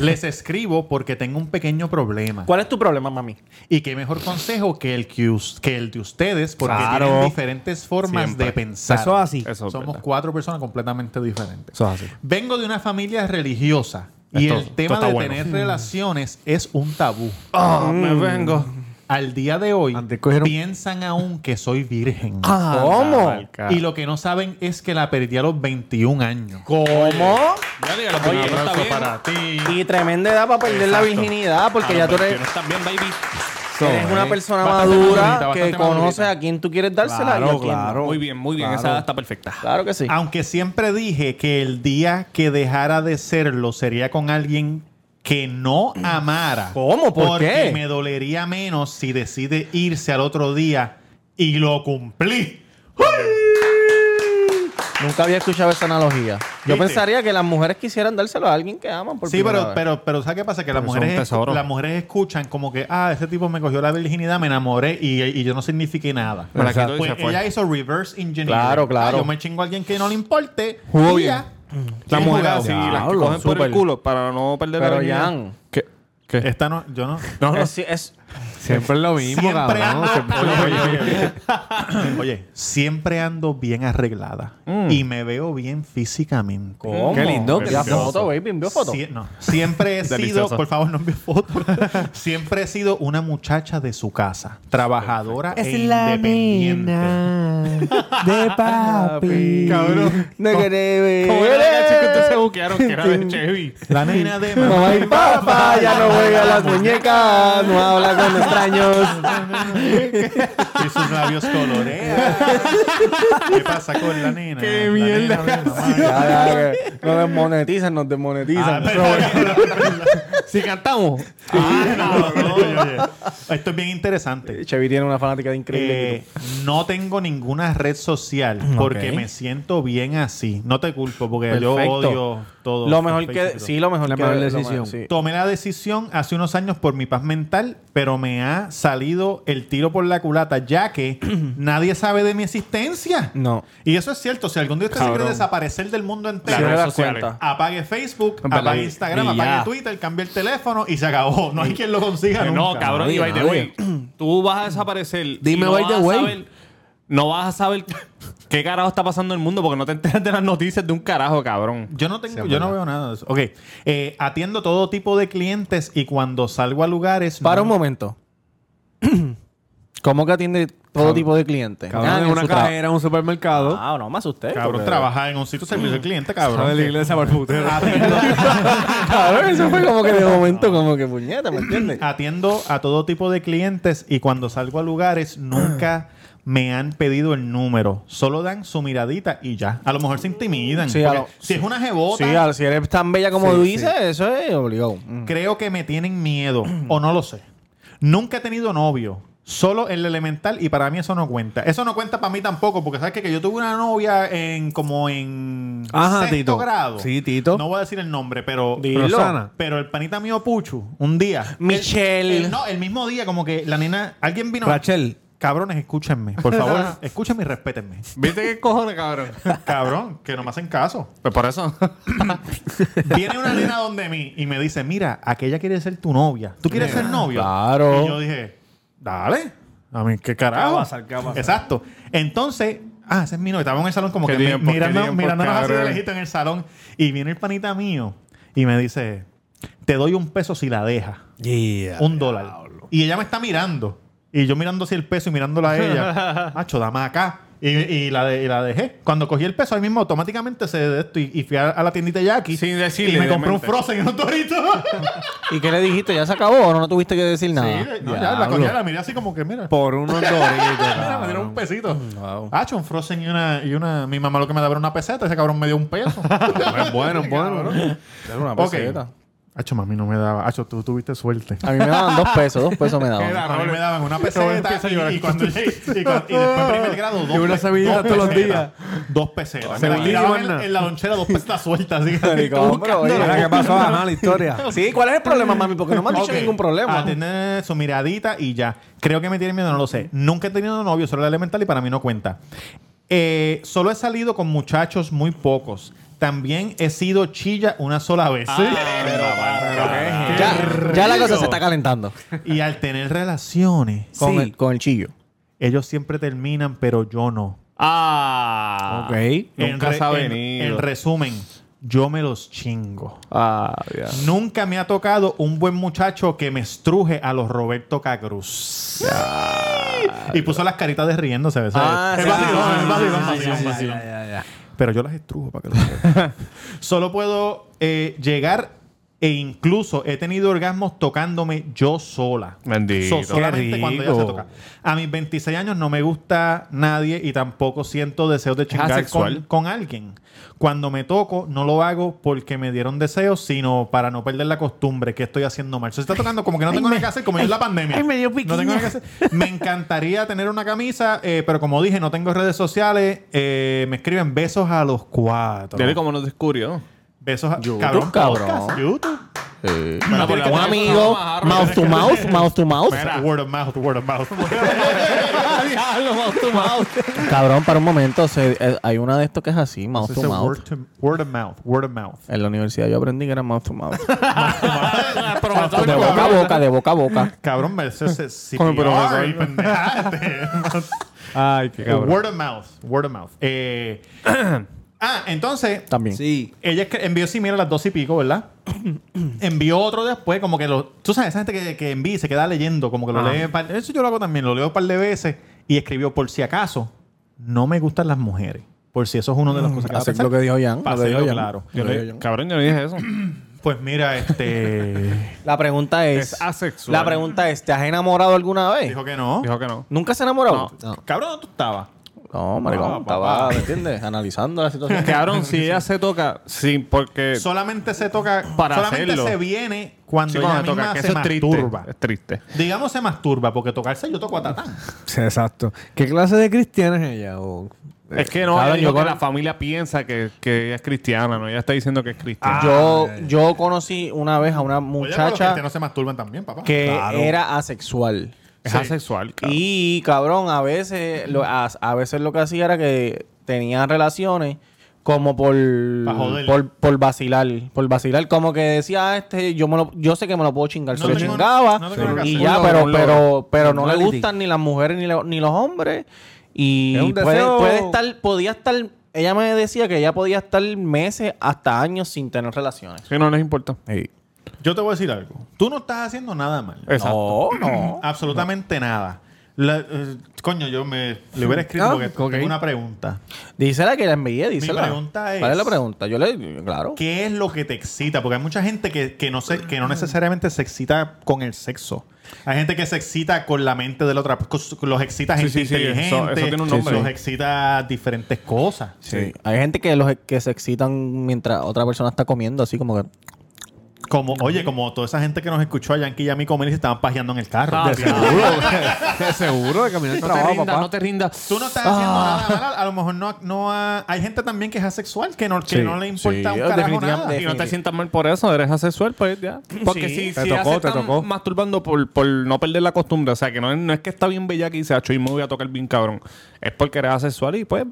Speaker 1: les escribo porque tengo un pequeño problema.
Speaker 3: ¿Cuál es tu problema, mami?
Speaker 1: Y qué mejor consejo que el, que, us- que el de ustedes, porque
Speaker 10: Claro.
Speaker 1: tienen diferentes formas
Speaker 2: Siempre.
Speaker 1: de pensar.
Speaker 10: Eso es así.
Speaker 2: Eso es
Speaker 1: Somos
Speaker 2: verdad.
Speaker 1: cuatro personas completamente diferentes.
Speaker 10: Eso es así.
Speaker 1: Vengo de una familia religiosa y
Speaker 2: Esto-
Speaker 1: el
Speaker 2: esto
Speaker 1: tema
Speaker 2: está
Speaker 1: de
Speaker 2: bueno.
Speaker 1: tener relaciones es un tabú.
Speaker 2: Ah, me vengo.
Speaker 1: Al día de hoy
Speaker 10: Mm. Antes cogieron-
Speaker 1: piensan aún que soy virgen.
Speaker 2: Ah.
Speaker 3: ¿Cómo?
Speaker 1: Y lo que no saben es que la perdí a los 21 años.
Speaker 3: ¿Cómo?
Speaker 2: Ya dígalo, porque no está bien.
Speaker 1: ti.
Speaker 3: Y tremenda edad para perder la
Speaker 1: Exacto.
Speaker 3: virginidad, porque
Speaker 2: Ah,
Speaker 3: ya
Speaker 2: no,
Speaker 3: tú
Speaker 2: pero
Speaker 3: eres,
Speaker 2: que no estás bien, baby.
Speaker 3: eres una persona
Speaker 1: Bastante madurita,
Speaker 3: madura
Speaker 1: bastante
Speaker 3: que conoce
Speaker 1: madurita.
Speaker 3: a quién tú quieres dársela. y a
Speaker 10: Claro,
Speaker 3: quién no.
Speaker 10: claro.
Speaker 2: Muy bien, muy bien. Esa edad está perfecta.
Speaker 3: Claro que sí.
Speaker 1: Aunque siempre dije que el día que dejara de serlo sería con alguien que no amara.
Speaker 3: ¿Cómo? ¿Por
Speaker 1: porque
Speaker 3: qué?
Speaker 1: me dolería menos si decide irse al otro día y lo cumplí.
Speaker 3: Nunca había escuchado esa analogía. Yo
Speaker 1: ¿Viste?
Speaker 3: pensaría que las mujeres quisieran dárselo a alguien que aman. Por
Speaker 1: Sí, pero,
Speaker 3: primera vez.
Speaker 1: pero, pero ¿sabes qué pasa? Que las
Speaker 2: Pero son
Speaker 1: mujeres,
Speaker 2: tesoros.
Speaker 1: las mujeres escuchan como que, ah, ese tipo me cogió la virginidad, me enamoré y, y yo no signifiqué nada.
Speaker 2: Me la quitó y
Speaker 1: Pues
Speaker 2: se fue.
Speaker 1: ella hizo reverse engineering.
Speaker 3: Claro,
Speaker 1: Ah,
Speaker 3: claro. Mm.
Speaker 1: yo me chingo a alguien que no le importe.
Speaker 2: Jugó
Speaker 1: y
Speaker 2: bien.
Speaker 1: ya.
Speaker 2: Las
Speaker 1: Sí,
Speaker 2: mujeres
Speaker 1: jugado.
Speaker 2: así, las que
Speaker 10: Diablo,
Speaker 2: cogen por el
Speaker 10: súper.
Speaker 2: culo para no perder
Speaker 3: Pero,
Speaker 2: la virginidad.
Speaker 3: Jan.
Speaker 2: ¿Qué? ¿Qué?
Speaker 1: Esta no, yo no.
Speaker 2: No, no.
Speaker 3: Es- es-
Speaker 10: Siempre es lo mismo,
Speaker 1: Siempre
Speaker 10: cabrón.
Speaker 1: ando-
Speaker 10: Siempre-
Speaker 1: Oye, oye, oye. Oye, siempre ando bien arreglada y me veo bien físicamente.
Speaker 3: ¿Cómo?
Speaker 10: Qué lindo, qué
Speaker 3: Envía
Speaker 10: lindo.
Speaker 3: foto, baby. Envió foto.
Speaker 1: Sie- no, siempre he sido,
Speaker 2: Delicioso.
Speaker 1: por favor, no envíe fotos. siempre he sido una muchacha de su casa, trabajadora e independiente.
Speaker 7: de papi.
Speaker 10: Cabrón.
Speaker 3: No querés ver.
Speaker 2: ¿Cómo era la canción que ustedes se buquearon? Que era de Chevy.
Speaker 1: La nena de
Speaker 3: Mamá y papá ya no juega a las muñecas, no habla con extraños.
Speaker 1: y sus labios colorean. ¿Qué pasa con la nena? Qué mierda.
Speaker 3: Ya, ya, que Nos desmonetizan, nos
Speaker 2: Ah,
Speaker 3: desmonetizan.
Speaker 2: Si cantamos.
Speaker 3: Ah,
Speaker 1: Esto es bien interesante.
Speaker 3: Chevy tiene una fanática de increíble.
Speaker 1: Eh, no tengo ninguna red social porque
Speaker 3: Ok.
Speaker 1: me siento bien así. No te culpo porque yo
Speaker 3: Perfecto.
Speaker 1: odio todo.
Speaker 3: lo mejor que.
Speaker 1: Facebook.
Speaker 3: Sí, lo mejor
Speaker 10: La
Speaker 3: que.
Speaker 10: mejor
Speaker 3: lo
Speaker 10: decisión.
Speaker 3: sí.
Speaker 1: Tomé la decisión hace unos años por mi paz mental, pero me ha salido el tiro por la culata, ya que nadie sabe de mi existencia.
Speaker 3: No.
Speaker 1: Y eso es cierto. Si algún día usted se
Speaker 2: Cabrón.
Speaker 1: quiere desaparecer del mundo entero,
Speaker 3: Cierra
Speaker 2: redes
Speaker 3: la
Speaker 2: sociales.
Speaker 3: cuenta.
Speaker 1: apague Facebook,
Speaker 10: Vela,
Speaker 1: apague
Speaker 10: y-
Speaker 1: Instagram,
Speaker 10: Pues, y
Speaker 1: apague
Speaker 10: ya.
Speaker 1: Twitter, cambie el teléfono y se acabó. No hay quien lo consiga.
Speaker 2: Que
Speaker 1: nunca.
Speaker 2: no, cabrón, y by the way, tú vas a desaparecer. y
Speaker 10: Dime
Speaker 2: no
Speaker 10: by
Speaker 2: vas
Speaker 10: the
Speaker 2: a
Speaker 10: way.
Speaker 2: saber- no vas a saber ¿Qué carajo está pasando en el mundo? Porque no te enteras de las noticias de un carajo, cabrón.
Speaker 1: Yo no tengo, yo no veo nada de eso. Ok. eh, atiendo todo tipo de clientes y cuando salgo a lugares.
Speaker 3: Para
Speaker 1: no-
Speaker 3: un momento. ¿Cómo que atiende todo tipo de clientes?
Speaker 10: Cabrón,
Speaker 3: Ah,
Speaker 10: en
Speaker 3: en
Speaker 10: una
Speaker 3: su traba-
Speaker 10: cajera, en un supermercado.
Speaker 3: Ah, no, me asusté.
Speaker 1: Cabrón,
Speaker 3: porque-
Speaker 1: trabaja en un sitio de servicio al cliente,
Speaker 10: Sale de la
Speaker 1: cabrón.
Speaker 10: iglesia para el putero.
Speaker 1: Atiendo,
Speaker 3: Cabrón, eso fue como que de momento, como que puñeta, ¿me entiendes?
Speaker 1: atiendo a todo tipo de clientes y cuando salgo a lugares nunca me han pedido el número. Solo dan su miradita y ya. A lo mejor se intimidan.
Speaker 3: Sí, a
Speaker 1: porque
Speaker 3: lo-
Speaker 1: si es una jebota,
Speaker 3: Sí, al- si eres tan bella como
Speaker 10: Sí,
Speaker 3: dices, eso es obligado. Mm.
Speaker 1: creo que me tienen miedo o no lo sé. Nunca he tenido novio. Solo el elemental y para mí eso no cuenta. Eso no cuenta para mí tampoco porque sabes qué? que yo tuve una novia en como en
Speaker 10: Ajá,
Speaker 1: sexto
Speaker 10: Tito.
Speaker 1: grado.
Speaker 10: Sí, Tito.
Speaker 1: No voy a decir el nombre, pero
Speaker 10: Dilo. Rosana.
Speaker 1: pero el panita mío Puchu un día
Speaker 3: Michelle.
Speaker 1: el- el- no, el mismo día como que la nena alguien vino
Speaker 10: Rachel.
Speaker 1: Cabrones, escúchenme, por favor, escúchenme y respétenme.
Speaker 2: ¿Viste qué cojones, cabrón?
Speaker 1: Cabrón, que no me hacen caso.
Speaker 2: Pues por eso.
Speaker 1: Viene una nena donde mí y me dice, mira, aquella quiere ser tu novia. ¿Tú quieres ser novio?
Speaker 3: claro.
Speaker 1: Y yo dije, dale. A mí, ¿qué carajo?
Speaker 5: ¿Qué va a pasar? ¿Qué va a pasar?
Speaker 1: Exacto. Entonces, ah, ese es mi novio. Estaba en el salón como
Speaker 2: Qué
Speaker 1: que mi-
Speaker 2: tiempo, qué
Speaker 1: mirando-
Speaker 2: tiempo,
Speaker 1: mirándonos así de
Speaker 2: cabrón.
Speaker 1: lejito en el salón. Y viene el panita mío y me dice, te doy un peso si la dejas. un dólar. Y ella me está mirando. Y yo mirando hacia el peso y mirándola a ella. Macho, dame acá. Y, y la de- y la dejé. Cuando cogí el peso, ahí mismo automáticamente se de esto y, y fui a, a la tiendita de Jackie.
Speaker 2: Sin decirle,
Speaker 1: Y me compré un
Speaker 2: obviamente.
Speaker 1: Frozen en un torito.
Speaker 10: Ah,
Speaker 3: ¿Y qué le dijiste? ¿Ya se acabó o no, no tuviste que decir nada?
Speaker 1: Sí, no, ya, la cogí, la miré así como que, mira.
Speaker 10: Por unos
Speaker 1: Mira, me
Speaker 10: doritos.
Speaker 1: dieron un pesito. Hacho, un Frozen y una, y una. Mi mamá lo que me daba era una peseta, ese cabrón me dio un peso.
Speaker 10: Es bueno, es bueno. Dale una
Speaker 1: ok.
Speaker 10: peseta.
Speaker 1: Hacho, mami no me daba. Hacho, tú tuviste suerte.
Speaker 3: A mí me daban dos pesos, dos pesos me daban.
Speaker 1: A mí me daban una
Speaker 2: Robert
Speaker 1: peseta
Speaker 2: empieza a
Speaker 1: y,
Speaker 2: llorar.
Speaker 1: y cuando llegué- y, cuando- y después en primer grado dos
Speaker 10: Y una
Speaker 1: pe-
Speaker 10: semillita
Speaker 1: dos
Speaker 10: todos los
Speaker 1: pesetas.
Speaker 10: días.
Speaker 1: Dos pesetas. Me
Speaker 10: Semillita
Speaker 1: la
Speaker 10: y
Speaker 1: tiraban en,
Speaker 10: guarna.
Speaker 1: en la lonchera dos pesetas sueltas. así que-
Speaker 3: Marico, hombre, oye.
Speaker 10: Mira, ¿Qué pasó? Ajá, la historia.
Speaker 3: Sí, ¿cuál es el problema, mami? Porque no me han dicho
Speaker 1: Ok.
Speaker 3: ningún problema.
Speaker 1: Atender su miradita y ya. Creo que me tiene miedo, no lo sé. Nunca he tenido novio, solo el elemental y para mí no cuenta. Eh, solo he salido con muchachos muy pocos. También he sido chilla una sola vez.
Speaker 2: Ah,
Speaker 3: Ya, ya la cosa se está calentando.
Speaker 1: Y al tener relaciones,
Speaker 3: Con, el, con el chillo.
Speaker 1: ellos siempre terminan, pero yo no.
Speaker 2: ah.
Speaker 10: Ok.
Speaker 2: Nunca
Speaker 1: re-
Speaker 2: se ha venido.
Speaker 1: en resumen, yo me los chingo.
Speaker 2: Ah, ya.
Speaker 1: Nunca me ha tocado un buen muchacho que me estruje a los Roberto Cacruz. Y puso las caritas de riéndose. ¿sabes?
Speaker 3: Ah,
Speaker 1: Es
Speaker 3: sí,
Speaker 1: vacilón,
Speaker 3: sí,
Speaker 1: es
Speaker 3: sí,
Speaker 1: vacilón,
Speaker 3: sí,
Speaker 1: vacilón,
Speaker 3: sí, sí,
Speaker 1: vacilón. Pero yo las estrujo para que lo sepan. Solo puedo eh, llegar e incluso he tenido orgasmos tocándome yo sola.
Speaker 2: Bendito.
Speaker 1: So- solamente
Speaker 10: Qué
Speaker 1: cuando ella
Speaker 10: rico.
Speaker 1: se toca. A mis 26 años no me gusta nadie y tampoco siento deseos de chingar con,
Speaker 2: asexual.
Speaker 1: con alguien. Cuando me toco, no lo hago porque me dieron deseos, sino para no perder la costumbre que estoy haciendo mal. Se está tocando como que no tengo nada que hacer, como es la pandemia.
Speaker 7: ay, me dio
Speaker 1: No tengo
Speaker 7: piquiña.
Speaker 1: nada que hacer. Me encantaría tener una camisa, eh, pero como dije, no tengo redes sociales. eh, me escriben besos a los cuatro.
Speaker 2: Dile cómo nos descubrió.
Speaker 1: Besos a
Speaker 3: YouTube,
Speaker 1: cabrón,
Speaker 3: cabrón.
Speaker 1: podcast, YouTube.
Speaker 2: Bueno, por la
Speaker 3: Un
Speaker 2: buena-
Speaker 3: amigo, mouth to mouth, mouth to mouth.
Speaker 1: Espera, Word of mouth, word of mouth.
Speaker 3: Diablo, mouth to mouth. Cabrón, para un momento, se- eh, hay una de estos que es así, mouth
Speaker 1: Eso
Speaker 3: to
Speaker 1: es
Speaker 3: mouth.
Speaker 1: word to- word of mouth, word of mouth.
Speaker 3: En la universidad yo aprendí que era mouth to mouth. Ah,
Speaker 2: Profesor,
Speaker 3: De boca a boca, de boca a boca.
Speaker 1: Cabrón, me ese es CPR,
Speaker 2: Como profesor.
Speaker 1: y pendejate.
Speaker 10: Ay, qué cabrón.
Speaker 1: Word of mouth. Word of mouth. Eh, ah, entonces,
Speaker 3: También.
Speaker 5: Sí.
Speaker 1: ella escri- envió Simir a las dos y pico, ¿verdad? envió otro después, como que lo. Tú sabes, esa gente que, que envía y se queda leyendo, como que lo lee. par- eso yo lo hago también, lo leo un par de veces y escribió, por si acaso, no me gustan las mujeres. Por si eso es una de las
Speaker 2: Mm,
Speaker 1: cosas que va a
Speaker 3: Así es
Speaker 1: pensar.
Speaker 3: lo que dijo Jan. lo que
Speaker 1: Paseo,
Speaker 3: dijo Jan.
Speaker 1: claro.
Speaker 3: Lo que dijo Jan.
Speaker 2: Cabrón, yo no dije eso.
Speaker 1: Pues mira, este.
Speaker 3: La pregunta es...
Speaker 2: Es asexual.
Speaker 3: La pregunta es, ¿te has enamorado alguna vez?
Speaker 1: dijo que no.
Speaker 2: Dijo que no.
Speaker 3: ¿Nunca se ha enamorado? No,
Speaker 1: Cabrón, ¿dónde tú estabas?
Speaker 3: maricón.
Speaker 1: Ah,
Speaker 3: estaba, ¿me entiendes? Analizando la situación.
Speaker 2: Cabrón, si ella se toca, sí, porque.
Speaker 1: solamente se toca
Speaker 2: Eh, Para
Speaker 1: solamente
Speaker 2: hacerlo.
Speaker 1: se viene cuando
Speaker 2: Sí,
Speaker 1: ella
Speaker 2: cuando
Speaker 1: misma
Speaker 2: toca, que
Speaker 1: se
Speaker 2: eso es triste.
Speaker 1: masturba
Speaker 2: Es triste.
Speaker 1: digamos se masturba porque tocarse yo toco a tatán
Speaker 10: Sí, exacto. ¿Qué clase de cristiana es ella? o- eh,
Speaker 5: Eh,
Speaker 2: Es que no,
Speaker 10: Cabrón,
Speaker 2: ella dijo
Speaker 10: yo
Speaker 2: que
Speaker 10: con-
Speaker 2: la familia piensa que, que ella es cristiana, ¿no? Ella está diciendo que es cristiana.
Speaker 3: yo, yo conocí una vez a una muchacha
Speaker 1: este no se masturban también papá
Speaker 3: que
Speaker 10: Claro.
Speaker 3: era asexual.
Speaker 2: es
Speaker 1: sí.
Speaker 2: asexual, cabrón.
Speaker 3: Y cabrón, a veces lo, a, a veces lo que hacía era que tenía relaciones como por,
Speaker 1: Pa' joder.
Speaker 3: por por vacilar, por vacilar, como que decía "Ah, este, yo me lo, yo sé que me lo puedo chingar,
Speaker 1: No
Speaker 3: se lo
Speaker 1: tengo-
Speaker 3: chingaba
Speaker 1: no tengo nada que hacer.
Speaker 3: y ya,
Speaker 10: Un logro,
Speaker 3: pero
Speaker 10: un logro.
Speaker 3: pero pero no le
Speaker 10: Normality.
Speaker 3: gustan ni las mujeres ni, lo- ni los hombres Y
Speaker 10: Es un
Speaker 3: puede,
Speaker 10: deseo-
Speaker 3: puede estar, podía estar, ella me decía que ella podía estar meses hasta años sin tener relaciones.
Speaker 2: Sí, no les importa.
Speaker 1: Yo te voy a decir algo. Tú no estás haciendo nada mal.
Speaker 2: Exacto.
Speaker 3: No, no.
Speaker 1: Absolutamente nada. La- eh, coño, yo me le hubiera escrito
Speaker 3: Ah,
Speaker 1: porque
Speaker 3: ok.
Speaker 1: tengo una pregunta.
Speaker 3: Dísela que la envié, dísela.
Speaker 1: pregunta es-
Speaker 3: ¿Cuál es la pregunta? Yo le, claro.
Speaker 1: ¿Qué es lo que te excita? Porque hay mucha gente que, que no, se, que no necesariamente se excita con el sexo. Hay gente que se excita con la mente de la otra. cos- Los excita
Speaker 2: Sí,
Speaker 1: gente
Speaker 2: sí, sí, eso-
Speaker 1: inteligente.
Speaker 2: eso tiene un nombre.
Speaker 1: Los excita diferentes cosas.
Speaker 3: Sí. Hay gente que los que se excitan mientras otra persona está comiendo, así como que.
Speaker 1: Como, oye, como toda esa gente que nos escuchó a Yankee y a mí comer y se estaban pajeando en el carro.
Speaker 2: Ah,
Speaker 1: De
Speaker 2: bien.
Speaker 1: seguro.
Speaker 10: De seguro, de caminar al trabajo, papá.
Speaker 2: te rindas.
Speaker 1: Tú no estás haciendo
Speaker 2: Ah.
Speaker 1: nada malo. A lo mejor no, no ha- hay gente también que es asexual, que no, que
Speaker 10: Sí,
Speaker 1: no le importa
Speaker 3: sí.
Speaker 1: un carajo
Speaker 3: Definitivamente.
Speaker 1: nada.
Speaker 2: Y no te sientas mal por eso, eres asexual, pues ya. Porque si,
Speaker 10: Te
Speaker 2: si
Speaker 10: tocó,
Speaker 2: hace
Speaker 10: te
Speaker 2: tan
Speaker 10: tocó.
Speaker 2: masturbando por, por no perder la costumbre, o sea, que no es, no es que está bien bella que dice, "Acho, y me voy a tocar bien cabrón. Es porque eres asexual y pues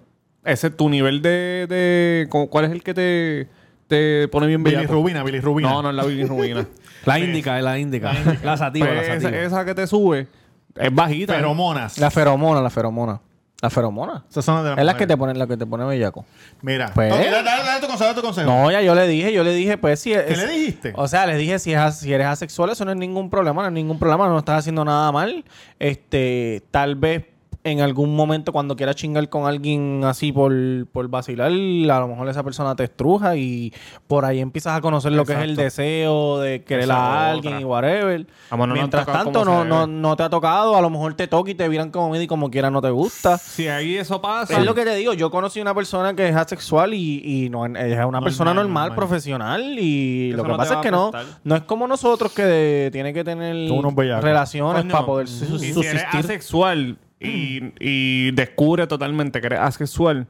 Speaker 2: ese es tu nivel de. de ¿cu- ¿Cuál es el que te, te pone bien bella?
Speaker 1: Billy Rubina, Billy Rubina.
Speaker 2: No, no es la bilirrubina.
Speaker 10: La índica, la índica. La sativa,
Speaker 2: Pues
Speaker 10: la
Speaker 2: esa,
Speaker 10: sativa.
Speaker 2: esa que te sube es bajita.
Speaker 1: Pero monas.
Speaker 3: La feromona, la feromona. La feromona.
Speaker 1: Esas son las de las
Speaker 3: Es la que te
Speaker 1: mujeres.
Speaker 3: pone, la que te pone bellaco.
Speaker 1: Mira.
Speaker 3: Pues-
Speaker 1: Ok, dale, dale, dale tu consejo, dale tu consejo.
Speaker 3: No, ya yo le dije, yo le dije, pues si es-
Speaker 1: le dijiste?
Speaker 3: O sea, le dije, si, es, as- si eres asexual, eso no es ningún problema, no es ningún problema, no estás haciendo nada mal. Este, tal vez en algún momento cuando quieras chingar con alguien así por, por vacilar, a lo mejor esa persona te estruja y por ahí empiezas a conocer lo que es el
Speaker 2: Exacto.
Speaker 3: deseo de querer
Speaker 2: Esa
Speaker 3: a
Speaker 2: otra.
Speaker 3: alguien y whatever.
Speaker 2: Vamos, no nos
Speaker 3: Mientras
Speaker 2: ha tocado
Speaker 3: tanto,
Speaker 2: cómo
Speaker 3: no,
Speaker 2: se
Speaker 3: no,
Speaker 2: debe.
Speaker 3: no te ha tocado, a lo mejor te toca y te miran como medio y como quiera no te gusta.
Speaker 2: Si ahí eso pasa.
Speaker 3: Es lo que te digo, yo conocí una persona que es asexual y, y no, ella es una persona normal,
Speaker 1: normal.
Speaker 3: profesional y
Speaker 2: Eso
Speaker 3: lo que
Speaker 2: no te va
Speaker 3: pasa es
Speaker 2: a
Speaker 3: que no,
Speaker 2: afectar.
Speaker 3: no es como nosotros que de- tiene que tener
Speaker 1: Son unos bellacos.
Speaker 3: relaciones
Speaker 2: Coño,
Speaker 3: para poder su-
Speaker 2: y si eres
Speaker 3: subsistir.
Speaker 2: asexual y, y descubre totalmente que eres asexual,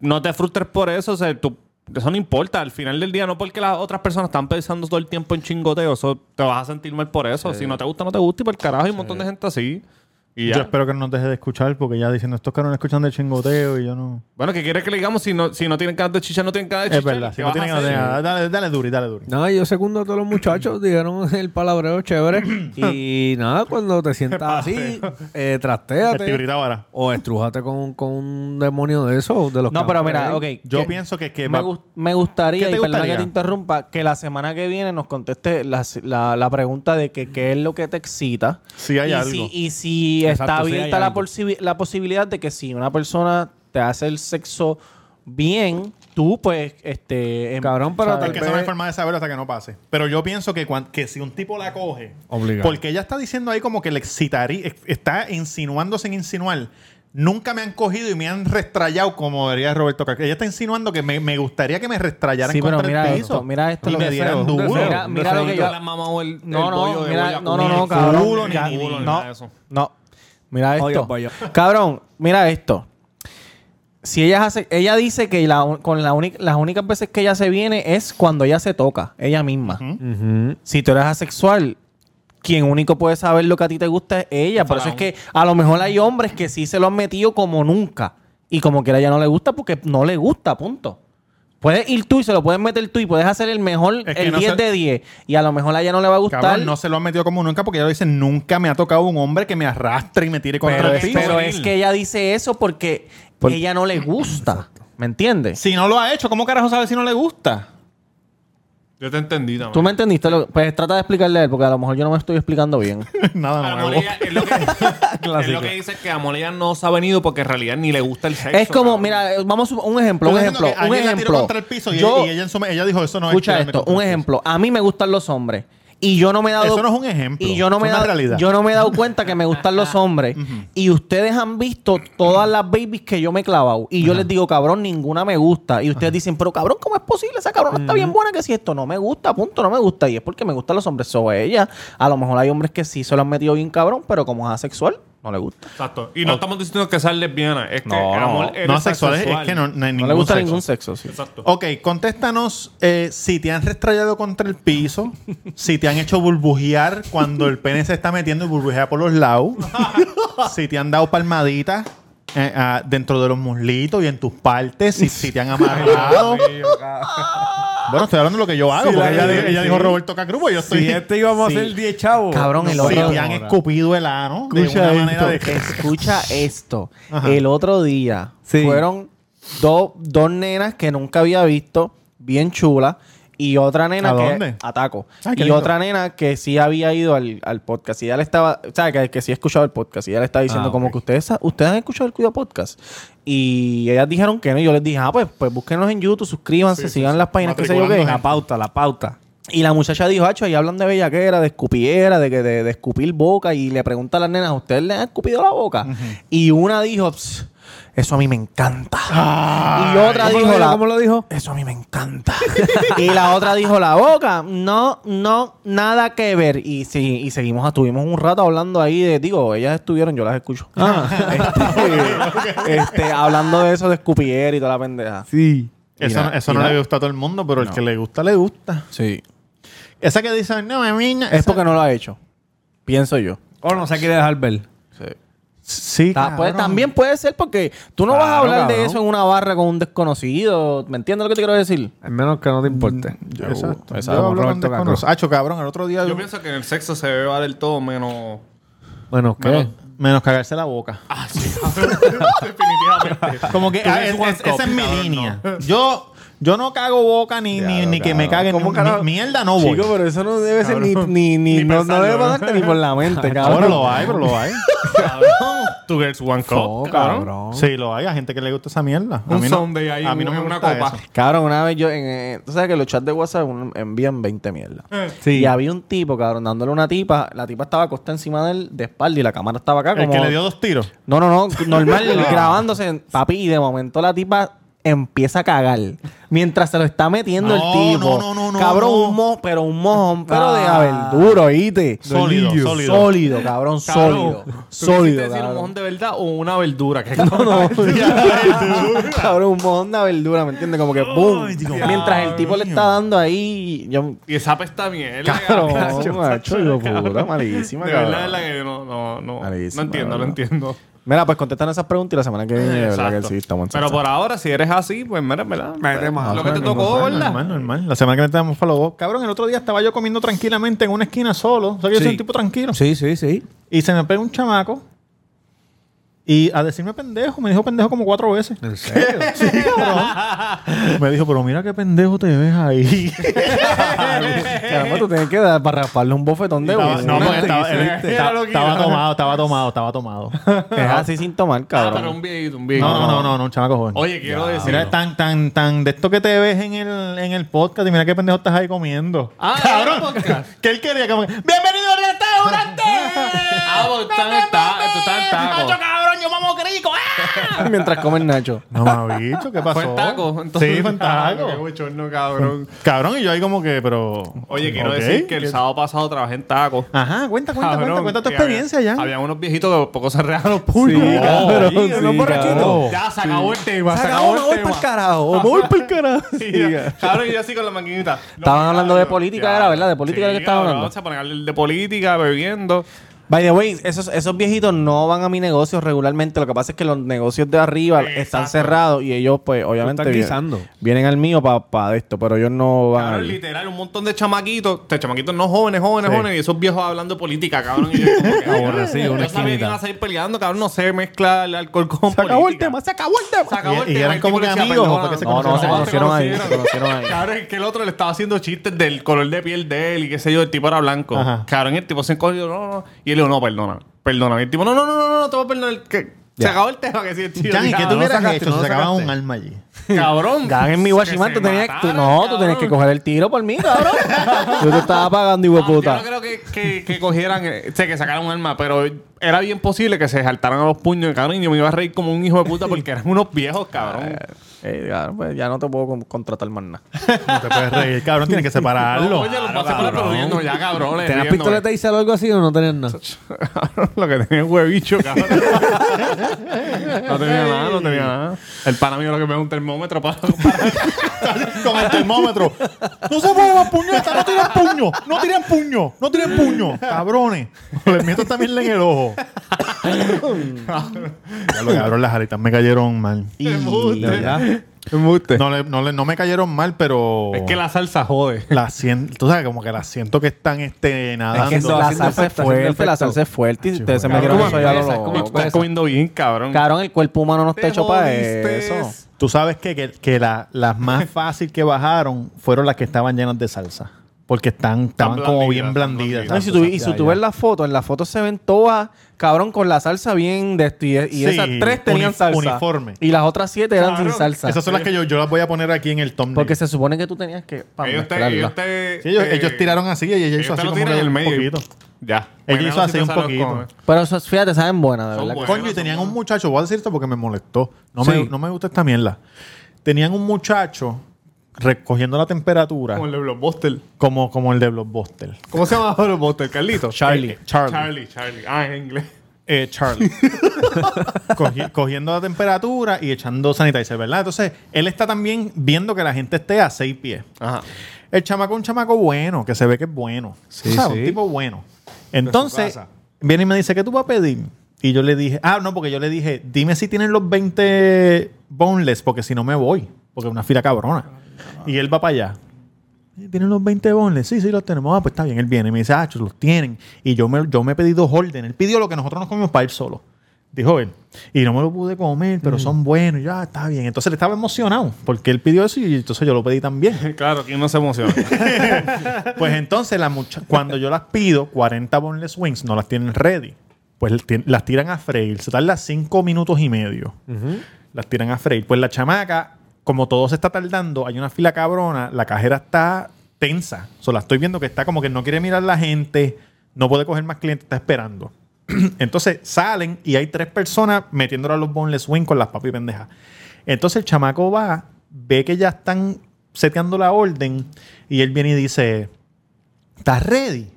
Speaker 2: no te frustres por eso. O sea, tú- eso no importa. Al final del día, no porque las otras personas están pensando todo el tiempo en chingoteo. Eso te vas a sentir mal por eso. Si no te gusta, no te gusta. Y por carajo, hay un montón de gente así. Y ya.
Speaker 1: Yo espero que no nos deje de escuchar porque ya diciendo estos caras no escuchan de chingoteo y yo no.
Speaker 2: Bueno, ¿qué quieres que le digamos? Si no, si no tienen ganas de chichar, no tienen ganas de
Speaker 1: Es
Speaker 2: chichar.
Speaker 1: verdad.
Speaker 2: ¿Qué
Speaker 1: Si no
Speaker 2: vas a
Speaker 1: tienen ganas de
Speaker 2: hacer?
Speaker 1: nada, dale, dale duri, dale duri.
Speaker 10: Nada, yo segundo a todos los muchachos, dijeron el palabreo chévere. y nada, cuando te sientas así, eh,
Speaker 1: Vestibrita
Speaker 10: trastéate.
Speaker 1: ahora.
Speaker 10: O estrújate con, con un demonio de esos, de los
Speaker 3: No,
Speaker 10: que
Speaker 3: pero
Speaker 10: andan
Speaker 3: mira,
Speaker 10: ahí.
Speaker 3: ok.
Speaker 1: Yo
Speaker 3: que
Speaker 1: pienso que, que
Speaker 3: me,
Speaker 1: va-
Speaker 3: gus- me gustaría,
Speaker 1: ¿Qué
Speaker 3: y
Speaker 1: te
Speaker 3: perdona
Speaker 1: gustaría?
Speaker 3: que te interrumpa, que la semana que viene nos conteste la, la- la pregunta de que qué es lo que te excita.
Speaker 1: Si hay
Speaker 3: y
Speaker 1: algo.
Speaker 3: Si, y si
Speaker 10: Exacto,
Speaker 3: está
Speaker 10: si hay
Speaker 3: abierta la,
Speaker 10: algo.
Speaker 3: posibi- la posibilidad de que si una persona te hace el sexo bien, tú pues, este... em-
Speaker 10: Cabrón, pero
Speaker 3: ¿sabes?
Speaker 10: tal
Speaker 1: Porque
Speaker 10: vez-
Speaker 1: eso no hay forma de saberlo hasta que no pase. Pero yo pienso que, cuan- que si un tipo la coge,
Speaker 10: Obligado.
Speaker 1: porque ella está diciendo ahí como que le excitaría, ex- está insinuando sin insinuar. Nunca me han cogido y me han restrayado, como diría Roberto Carlos. Ella está insinuando que me, me gustaría que me restrayaran
Speaker 3: Sí, pero
Speaker 1: contra
Speaker 3: mira
Speaker 1: el
Speaker 3: esto,
Speaker 1: piso.
Speaker 3: mira esto
Speaker 1: y
Speaker 3: lo
Speaker 1: me
Speaker 3: que
Speaker 1: dieran
Speaker 3: sea, un
Speaker 1: duro.
Speaker 3: deseo. Mira- mira lo que yo-
Speaker 2: La mamá o el-
Speaker 3: No,
Speaker 2: el
Speaker 3: no,
Speaker 2: bollo de
Speaker 3: mira,
Speaker 2: guayacu.
Speaker 3: no, no, no,
Speaker 1: ni
Speaker 3: cabrón.
Speaker 1: culo, ni
Speaker 3: Ca-
Speaker 1: culo, ni
Speaker 3: no,
Speaker 2: nada de eso.
Speaker 3: no. Mira esto.
Speaker 10: Oye, pollo.
Speaker 3: Cabrón, mira esto. Si ella hace, ella dice que la un- con la única- las únicas veces que ella se viene es cuando ella se toca, ella misma.
Speaker 10: Ujú.
Speaker 3: Si tú eres asexual, quien único puede saber lo que a ti te gusta es ella. Por eso es
Speaker 2: faraón.
Speaker 3: que a lo mejor hay hombres que sí se lo han metido como nunca. Y como quiera ya no le gusta porque no le gusta, punto. Puedes ir tú y se lo puedes meter tú y puedes hacer el mejor,
Speaker 1: Es que
Speaker 3: el
Speaker 1: no
Speaker 3: 10
Speaker 1: se-
Speaker 3: de 10. Y a lo mejor a ella no le va a gustar.
Speaker 1: Cabrón, no se lo han metido como nunca porque ella lo dice, nunca me ha tocado un hombre que me arrastre y me tire contra
Speaker 3: pero
Speaker 1: el
Speaker 3: es,
Speaker 1: piso.
Speaker 3: pero es que ella dice eso porque
Speaker 10: Por-
Speaker 3: ella no le gusta. ¿Me entiendes?
Speaker 1: Si no lo ha hecho, ¿cómo carajo sabe si no le gusta?
Speaker 2: Yo te entendí también.
Speaker 3: ¿Tú me entendiste? Lo- Pues trata de explicarle a él porque a lo mejor yo no me estoy explicando bien.
Speaker 1: Nada
Speaker 2: Amor,
Speaker 1: nuevo.
Speaker 2: ella- es lo que, es lo que dice que Amor ella no se ha venido porque en realidad ni le gusta el sexo.
Speaker 3: es como,
Speaker 2: cabrón.
Speaker 3: mira, eh, vamos a un ejemplo,
Speaker 1: Tú
Speaker 3: un
Speaker 1: estás diciendo
Speaker 3: ejemplo,
Speaker 1: que
Speaker 3: un
Speaker 1: alguien la tiró
Speaker 3: ejemplo.
Speaker 1: contra el piso y,
Speaker 3: Yo-
Speaker 1: y ella, en su- ella dijo, eso no es
Speaker 3: Escucha
Speaker 1: tirarme
Speaker 3: esto,
Speaker 1: contra
Speaker 3: un
Speaker 1: el piso".
Speaker 3: ejemplo. A mí me gustan los hombres. Y yo no me he dado.
Speaker 1: Eso no es un ejemplo,
Speaker 3: Y yo no
Speaker 1: es
Speaker 3: me he
Speaker 1: una
Speaker 3: dado.
Speaker 1: realidad.
Speaker 3: Yo no me he dado cuenta que me gustan los hombres. Y ustedes han visto todas las babies que yo me he clavado. Y yo les digo, cabrón, ninguna me gusta. Y ustedes dicen, pero cabrón, ¿cómo es posible? Esa cabrona está bien buena que si esto no me gusta, punto, no me gusta. Y es porque me gustan los hombres. Sobre ella, a lo mejor hay hombres que sí se lo han metido bien cabrón, pero como es asexual, no le gusta.
Speaker 2: Exacto. Y no estamos diciendo que sea lesbiana. Es que
Speaker 3: No,
Speaker 2: Amor
Speaker 3: no.
Speaker 2: eres
Speaker 1: No asexual, es,
Speaker 2: asexual.
Speaker 1: es que no, no hay
Speaker 3: No
Speaker 1: ningún
Speaker 3: le gusta
Speaker 1: sexo.
Speaker 3: ningún sexo, sí.
Speaker 2: Exacto.
Speaker 1: Ok, contéstanos eh, si te han restrayado contra el piso, si te han hecho burbujear cuando el pene se está metiendo y burbujea por los lados, si te han dado palmaditas, eh, ah, dentro de los muslitos y en tus partes si, si te han amarrado. bueno, estoy hablando de lo que
Speaker 10: Ah,
Speaker 1: yo hago,
Speaker 2: Sí,
Speaker 1: porque
Speaker 2: la-
Speaker 1: ella, di- ella
Speaker 2: sí.
Speaker 1: dijo Roberto Cacrupo, yo estoy...
Speaker 2: Si este íbamos
Speaker 1: Sí.
Speaker 2: a hacer 10 chavos.
Speaker 3: Cabrón, el
Speaker 1: Si
Speaker 3: otro
Speaker 1: te han escupido el ano de
Speaker 3: Escucha
Speaker 1: una manera de
Speaker 3: esto. Escucha esto.
Speaker 1: Ajá.
Speaker 3: El otro día
Speaker 10: Sí.
Speaker 3: fueron dos, dos nenas que nunca había visto, bien chulas, y otra nena
Speaker 1: ¿A
Speaker 3: que
Speaker 1: dónde?
Speaker 3: ataco.
Speaker 1: Ay, qué
Speaker 3: y
Speaker 1: lindo.
Speaker 3: otra nena que sí había ido al, al podcast. Y ya le estaba, o sea, que, que sí escuchaba el podcast. Y ya le estaba diciendo
Speaker 10: Ah,
Speaker 3: como
Speaker 10: ok.
Speaker 3: que ustedes, sa- ustedes han escuchado el Cuido Podcast. Y ellas dijeron que no. Y yo les dije, ah, pues, pues búsquenos en YouTube, suscríbanse, sigan las páginas que se yo qué.
Speaker 1: Matriculando gente.
Speaker 10: pauta, la pauta.
Speaker 3: Y la muchacha dijo, hacho, ahí hablan de bellaquera, de escupiera, de, que de, de escupir boca. Y le pregunta a las nenas, ¿a ustedes les han escupido la boca? Y una dijo, "Ps, eso a mí me encanta. y otra
Speaker 10: ¿Cómo lo
Speaker 3: dijo,
Speaker 10: dijo?
Speaker 3: la-
Speaker 10: ¿Cómo lo dijo?
Speaker 3: eso a mí me encanta. y la otra dijo, la boca, no, no, nada que ver. Y, sí, y seguimos, estuvimos un rato hablando ahí de, digo, ellas estuvieron, yo las escucho.
Speaker 10: Ah.
Speaker 3: este, este, hablando de eso, de escupiera y toda la pendeja.
Speaker 10: Sí.
Speaker 1: Eso,
Speaker 3: Mira,
Speaker 1: eso no
Speaker 3: mira.
Speaker 1: le gusta a todo el mundo, pero el que le gusta, le gusta.
Speaker 3: Sí.
Speaker 1: Esa que dice, no, a mí no",
Speaker 3: Es
Speaker 1: esa-
Speaker 3: porque no lo ha hecho. Pienso yo.
Speaker 10: O Oh, no se quiere dejar ver.
Speaker 1: Sí,
Speaker 3: Ta- puede-
Speaker 1: cabrón.
Speaker 3: también puede ser porque tú no vas a
Speaker 10: Claro,
Speaker 3: hablar de
Speaker 10: cabrón.
Speaker 3: eso en una barra con un desconocido. ¿Me entiendes lo que te quiero decir?
Speaker 10: Al menos que no te importe.
Speaker 1: Exacto.
Speaker 10: Mm, Yo
Speaker 1: Yo hablo con
Speaker 10: Roberto
Speaker 1: desconocidos.
Speaker 10: Cacruz.
Speaker 1: Acho, cabrón, el otro día...
Speaker 2: Yo pienso que en el sexo se debe va del todo menos.
Speaker 10: Bueno, ¿qué?
Speaker 3: Eh,
Speaker 2: Menos-
Speaker 1: Menos cagarse la boca.
Speaker 2: Definitivamente.
Speaker 1: Como que ah, es- es- esa es mi línea. Yo, yo no cago boca ni, ni, ni que me caguen. Ni-
Speaker 10: carajo?
Speaker 1: mierda no voy.
Speaker 3: pero eso no debe ser ni,
Speaker 2: Ni no- no pensarlo, debe ¿no? pasarte
Speaker 3: ni por la mente,
Speaker 1: Ahora lo hay, pero lo hay.
Speaker 2: Two girls, one cup.
Speaker 10: Oh, cabrón.
Speaker 1: Sí, lo hay. Hay gente que le gusta esa mierda. A
Speaker 2: Un
Speaker 1: mí no-
Speaker 2: Sunday ahí,
Speaker 1: A mí no me
Speaker 2: una
Speaker 1: gusta
Speaker 2: copa.
Speaker 1: eso.
Speaker 3: Cabrón, una vez yo, en, eh, tú sabes que los chats de WhatsApp un- envían 20 mierdas.
Speaker 10: Sí.
Speaker 3: Y había un tipo, cabrón, dándole una tipa. La tipa estaba acostada encima de él de espalda y la cámara estaba acá.
Speaker 1: El
Speaker 3: Como...
Speaker 1: que le dio dos tiros.
Speaker 3: No, no, no, normal, grabándose. Papi, y de momento la tipa empieza a cagar. Mientras se lo está
Speaker 1: No,
Speaker 3: metiendo el tipo.
Speaker 1: no, no, no,
Speaker 3: Cabrón,
Speaker 1: no.
Speaker 3: un mo, pero un mojón, pero
Speaker 10: Ah.
Speaker 3: de haber duro, oíste.
Speaker 1: Sólido,
Speaker 3: Sólido,
Speaker 1: sólido.
Speaker 3: Sólido, cabrón, sólido. Sólido,
Speaker 2: decir un mojón
Speaker 3: cabrón.
Speaker 2: de verdad o una verdura? Que
Speaker 3: No, no. cabrón, un mojón de verdura, ¿me entiendes? Como que boom. Mientras el tipo le está dando ahí, yo.
Speaker 2: Y esa pesta mierda.
Speaker 3: Cabrón,
Speaker 2: cabrón.
Speaker 3: macho, yo, puta, malísima,
Speaker 2: De verdad,
Speaker 3: cabrón.
Speaker 2: es la que no, no, no.
Speaker 3: Malísimo,
Speaker 2: no entiendo,
Speaker 3: cabrón.
Speaker 2: no entiendo.
Speaker 3: Mira, pues contestan esas preguntas y la semana que viene, de verdad que
Speaker 2: Exacto.
Speaker 3: sí, estamos en
Speaker 2: Pero por ahora, si eres así, pues mira, ¿verdad?
Speaker 10: Metemos
Speaker 2: Lo que te
Speaker 10: algo.
Speaker 2: tocó,
Speaker 1: Normal,
Speaker 2: ¿verdad?
Speaker 1: normal, normal. La semana que viene tenemos follow up. Cabrón, el otro día estaba yo comiendo tranquilamente en una esquina solo. O sea, que yo soy un tipo tranquilo.
Speaker 10: Sí, sí, sí.
Speaker 1: Y se me pega un chamaco. Y a decirme pendejo, me dijo pendejo como cuatro veces.
Speaker 10: ¿En serio?
Speaker 1: Me dijo, pero mira qué pendejo te ves ahí.
Speaker 3: Caramba, tú tienes que dar para rasparle un bofetón de
Speaker 1: Estaba-
Speaker 3: voz.
Speaker 1: no, porque estaba,
Speaker 2: sí,
Speaker 1: él-
Speaker 2: sí.
Speaker 1: esta-
Speaker 2: Era lo que
Speaker 1: estaba
Speaker 2: iba.
Speaker 1: tomado, estaba tomado, estaba tomado.
Speaker 3: Es así sin tomar,
Speaker 2: Ah, pero
Speaker 3: cabrón.
Speaker 2: un viejito, un
Speaker 1: No,
Speaker 2: viejito.
Speaker 1: no, no, no, no, un chamaco joven.
Speaker 2: Oye, quiero decir.
Speaker 1: Mira, tan, tan, tan de esto que te ves en el, en el podcast y mira qué pendejo estás ahí comiendo.
Speaker 2: Ah, ¿en el podcast?
Speaker 1: que él quería como que, ¡Bienvenido al restaurante!
Speaker 2: Ah, vos estás en el ta- tú estás en taco.
Speaker 1: ¡Nacho, cabrón, yo mamo crico! ¡Ah!
Speaker 3: Mientras comen Nacho.
Speaker 1: No, mamabicho, ¿qué pasó?
Speaker 2: Fue en taco, entonces. Ah,
Speaker 1: Sí, fue en taco.
Speaker 2: Qué bochorno, cabrón.
Speaker 1: Cabrón, y yo ahí como que, pero...
Speaker 2: Oye, quiero
Speaker 1: ok.
Speaker 2: decir que el sábado pasado trabajé en tacos.
Speaker 1: Ajá, cuenta, cuenta, cuenta,
Speaker 2: Cabrón,
Speaker 1: cuenta tu
Speaker 2: que
Speaker 1: experiencia
Speaker 2: había,
Speaker 1: ya.
Speaker 2: Había unos viejitos que por poco se reaban los
Speaker 3: Sí,
Speaker 2: puños. No.
Speaker 3: cabrón,
Speaker 10: oye,
Speaker 3: sí,
Speaker 10: unos borrachitos.
Speaker 3: cabrón.
Speaker 2: Ya, se acabó el tema. Se
Speaker 3: Saca
Speaker 2: acabó
Speaker 3: uno,
Speaker 2: el
Speaker 3: voy
Speaker 2: tema.
Speaker 3: pa'l carajo, me voy pa'l carajo.
Speaker 2: Sí,
Speaker 3: Sí,
Speaker 2: ya. Cabrón, y yo así con la maquinita. No,
Speaker 3: Estaban
Speaker 2: ya,
Speaker 3: hablando de
Speaker 2: yo-
Speaker 3: política,
Speaker 2: ya.
Speaker 3: era, ¿verdad? De política era que estaban
Speaker 2: cabrón,
Speaker 3: hablando.
Speaker 2: Se ponen a hablar de política, bebiendo.
Speaker 3: By the way, esos, esos viejitos no van a mi negocio regularmente. Lo que pasa es que los negocios de arriba están
Speaker 2: Exacto.
Speaker 3: cerrados y ellos, pues, obviamente,
Speaker 10: están
Speaker 3: vienen-
Speaker 10: guisando.
Speaker 3: vienen al mío para esto, pero ellos no van
Speaker 2: Cabrón,
Speaker 3: ahí.
Speaker 2: literal, un montón de chamaquitos. De chamaquitos no jóvenes, jóvenes,
Speaker 1: Sí.
Speaker 2: jóvenes. Y esos viejos hablando de política, cabrón. Y yo como que,
Speaker 10: Aborrecido,
Speaker 2: yo
Speaker 10: una
Speaker 2: sabía que
Speaker 10: esquinita.
Speaker 2: iban a salir peleando, cabrón. No sé mezcla el alcohol con
Speaker 3: Se acabó el
Speaker 2: política.
Speaker 3: tema, se acabó el tema.
Speaker 2: Se acabó el
Speaker 1: Y- y
Speaker 2: tema.
Speaker 1: eran
Speaker 2: el tipo
Speaker 1: como que
Speaker 2: le decía,
Speaker 1: amigos, ¿o
Speaker 2: "Perdona".
Speaker 1: fue que se
Speaker 3: No, no, se conocieron ahí, se conocieron ahí.
Speaker 2: Cabrón, es que el otro le estaba haciendo chistes del color de piel de él y qué sé yo, el tipo era blanco.
Speaker 1: Ajá.
Speaker 2: Cabrón, el tipo se encogió, no, no. Y él le dijo, no, perdona, perdona. Y el tipo, no, no, no, no, no, no te voy a perdonar. Que se acabó el tema que sí, el tío.
Speaker 1: Jan, ¿y
Speaker 2: dijo,
Speaker 1: qué
Speaker 2: "Ah,
Speaker 1: tú
Speaker 2: no
Speaker 1: hubieras
Speaker 2: sacaste,
Speaker 1: hecho
Speaker 2: no
Speaker 1: si se acababa
Speaker 2: sacaste".
Speaker 1: un alma allí?
Speaker 2: Cabrón.
Speaker 3: Dan en mi
Speaker 2: que
Speaker 3: Guachimán,
Speaker 2: se
Speaker 3: tú tenías tú- No,
Speaker 2: mataran,
Speaker 3: tú tenías que
Speaker 2: cabrón.
Speaker 3: coger el tiro por mí, cabrón. Yo te estaba pagando, hijo de
Speaker 2: Ah, Yo
Speaker 3: puta.
Speaker 2: no creo que, que, que cogieran, eh, sé, que sacaran un arma, pero era bien posible que se saltaran a los puños, cabrón, y yo me iba a reír como un hijo de puta porque eran unos viejos, cabrón.
Speaker 3: Eh, ya, pues, ya no te puedo con- contratar más nada.
Speaker 1: No te puedes reír, cabrón. Tienes que separarlo.
Speaker 2: Oye, los vas a separar, pero riendo ya, cabrón.
Speaker 10: ¿Tenías
Speaker 2: riendo.
Speaker 10: pistoleta y algo así o no tenías nada?
Speaker 2: Lo que tenía es huevicho, cabrón. no tenía nada, no tenía nada. El pana mío lo que me es un termómetro para.
Speaker 1: Con el termómetro. No se muevan, puñeta. No tiren puño. No tiren puño. No tiren puño. Cabrones. Les meto también en el ojo. ya lo cabrón, las alitas me cayeron mal.
Speaker 2: Embuste.
Speaker 1: No, le- no, le- no me cayeron mal, pero.
Speaker 2: Es que la salsa jode.
Speaker 1: La siento, tú sabes, como que la siento que están este,
Speaker 3: Ah,
Speaker 1: nadando.
Speaker 10: que eso-
Speaker 3: la
Speaker 10: haciendo
Speaker 3: salsa es
Speaker 10: efecto, haciendo
Speaker 3: fuerte, la
Speaker 10: efecto.
Speaker 3: salsa es fuerte. Y ustedes se me
Speaker 2: Cabrón,
Speaker 3: creen
Speaker 2: ¿cómo
Speaker 3: eso ya lo
Speaker 2: empiezas? ¿Cómo
Speaker 3: loco.
Speaker 2: Estás comiendo bien, cabrón.
Speaker 3: Cabrón, el cuerpo humano no está
Speaker 2: Te
Speaker 3: hecho para
Speaker 2: jodiste.
Speaker 3: eso.
Speaker 1: Tú sabes que, que- que la- las más fácil que bajaron fueron las que estaban llenas de salsa. Porque están, estaban como
Speaker 2: blandidas,
Speaker 1: bien blandidas.
Speaker 2: están
Speaker 3: No, y si tú, y si tú ves las fotos, en las fotos se ven todas, cabrón, con la salsa bien de esto. Y, y
Speaker 1: Sí,
Speaker 3: esas tres tenían
Speaker 1: unif-
Speaker 3: salsa.
Speaker 1: uniforme.
Speaker 3: Y las otras siete eran
Speaker 2: Cabrón,
Speaker 3: sin salsa.
Speaker 1: Esas son las que yo, yo las voy a poner aquí en el thumbnail.
Speaker 3: Porque se supone que tú tenías que. Para
Speaker 2: Ellos te, ellos te,
Speaker 1: Sí, ellos,
Speaker 2: eh,
Speaker 1: ellos tiraron así y ella hizo
Speaker 2: ellos te
Speaker 1: así
Speaker 2: lo
Speaker 1: como
Speaker 2: tiran
Speaker 1: que
Speaker 2: en el
Speaker 1: un
Speaker 2: medio. y-
Speaker 1: poquito.
Speaker 2: Ya.
Speaker 1: Ella hizo
Speaker 2: Mañana
Speaker 1: así
Speaker 2: si tú
Speaker 1: un
Speaker 2: sabes
Speaker 1: poquito.
Speaker 2: cómo es.
Speaker 3: Pero eso, fíjate, saben buenas, de
Speaker 2: Pues Son
Speaker 3: verdad.
Speaker 2: buenas.
Speaker 1: Coño, y tenían un muchacho, voy a decir esto porque me molestó. No, me,
Speaker 10: Sí.
Speaker 1: no me gusta esta mierda. Tenían un muchacho recogiendo la temperatura
Speaker 2: Como el de Blockbuster.
Speaker 1: como, como el de Blockbuster.
Speaker 2: ¿Cómo se llama Blockbuster, Carlito?
Speaker 1: Charlie. Charlie.
Speaker 2: Eh, Charlie, Charlie. Ah, en inglés.
Speaker 1: Eh, Charlie. Cogi- cogiendo la temperatura y echando sanitizer, ¿verdad? Entonces, él está también viendo que la gente esté a seis pies.
Speaker 2: Ajá.
Speaker 1: El chamaco es un chamaco bueno, que se ve que es bueno.
Speaker 10: Sí,
Speaker 1: O sea,
Speaker 10: sí.
Speaker 1: un tipo bueno. Entonces,
Speaker 2: casa.
Speaker 1: viene y me dice, ¿qué tú vas a pedir? Y yo le dije, ah, no, porque yo le dije, dime si tienen los 20 boneless, porque si no me voy, porque es una fila cabrona. Y él va para allá. ¿Tienen los 20 boneless? Sí, sí, los tenemos. Ah, pues está bien. Él viene y me dice, ah, chus, los tienen. Y yo me, yo me pedí dos orden. Él pidió lo que nosotros nos comimos para él solo. Dijo él. Y no me lo pude comer, pero son buenos. Ya, está bien. Entonces él estaba emocionado porque él pidió eso y entonces yo lo pedí también.
Speaker 2: Claro, aquí no se emociona.
Speaker 1: Pues entonces, la mucha- cuando yo las pido, 40 boneless wings no las tienen ready. Pues ti- las tiran a freír. Se tarda 5 minutos y medio. Las tiran a freír. Pues la chamaca, como todo se está tardando, hay una fila cabrona, la cajera está tensa. O sea, la estoy viendo que está como que no quiere mirar la gente, no puede coger más clientes, está esperando. Entonces salen y hay tres personas metiéndole a los boneless wings con las papi pendejas. Entonces el chamaco va, ve que ya están seteando la orden y él viene y dice, ¿estás ready?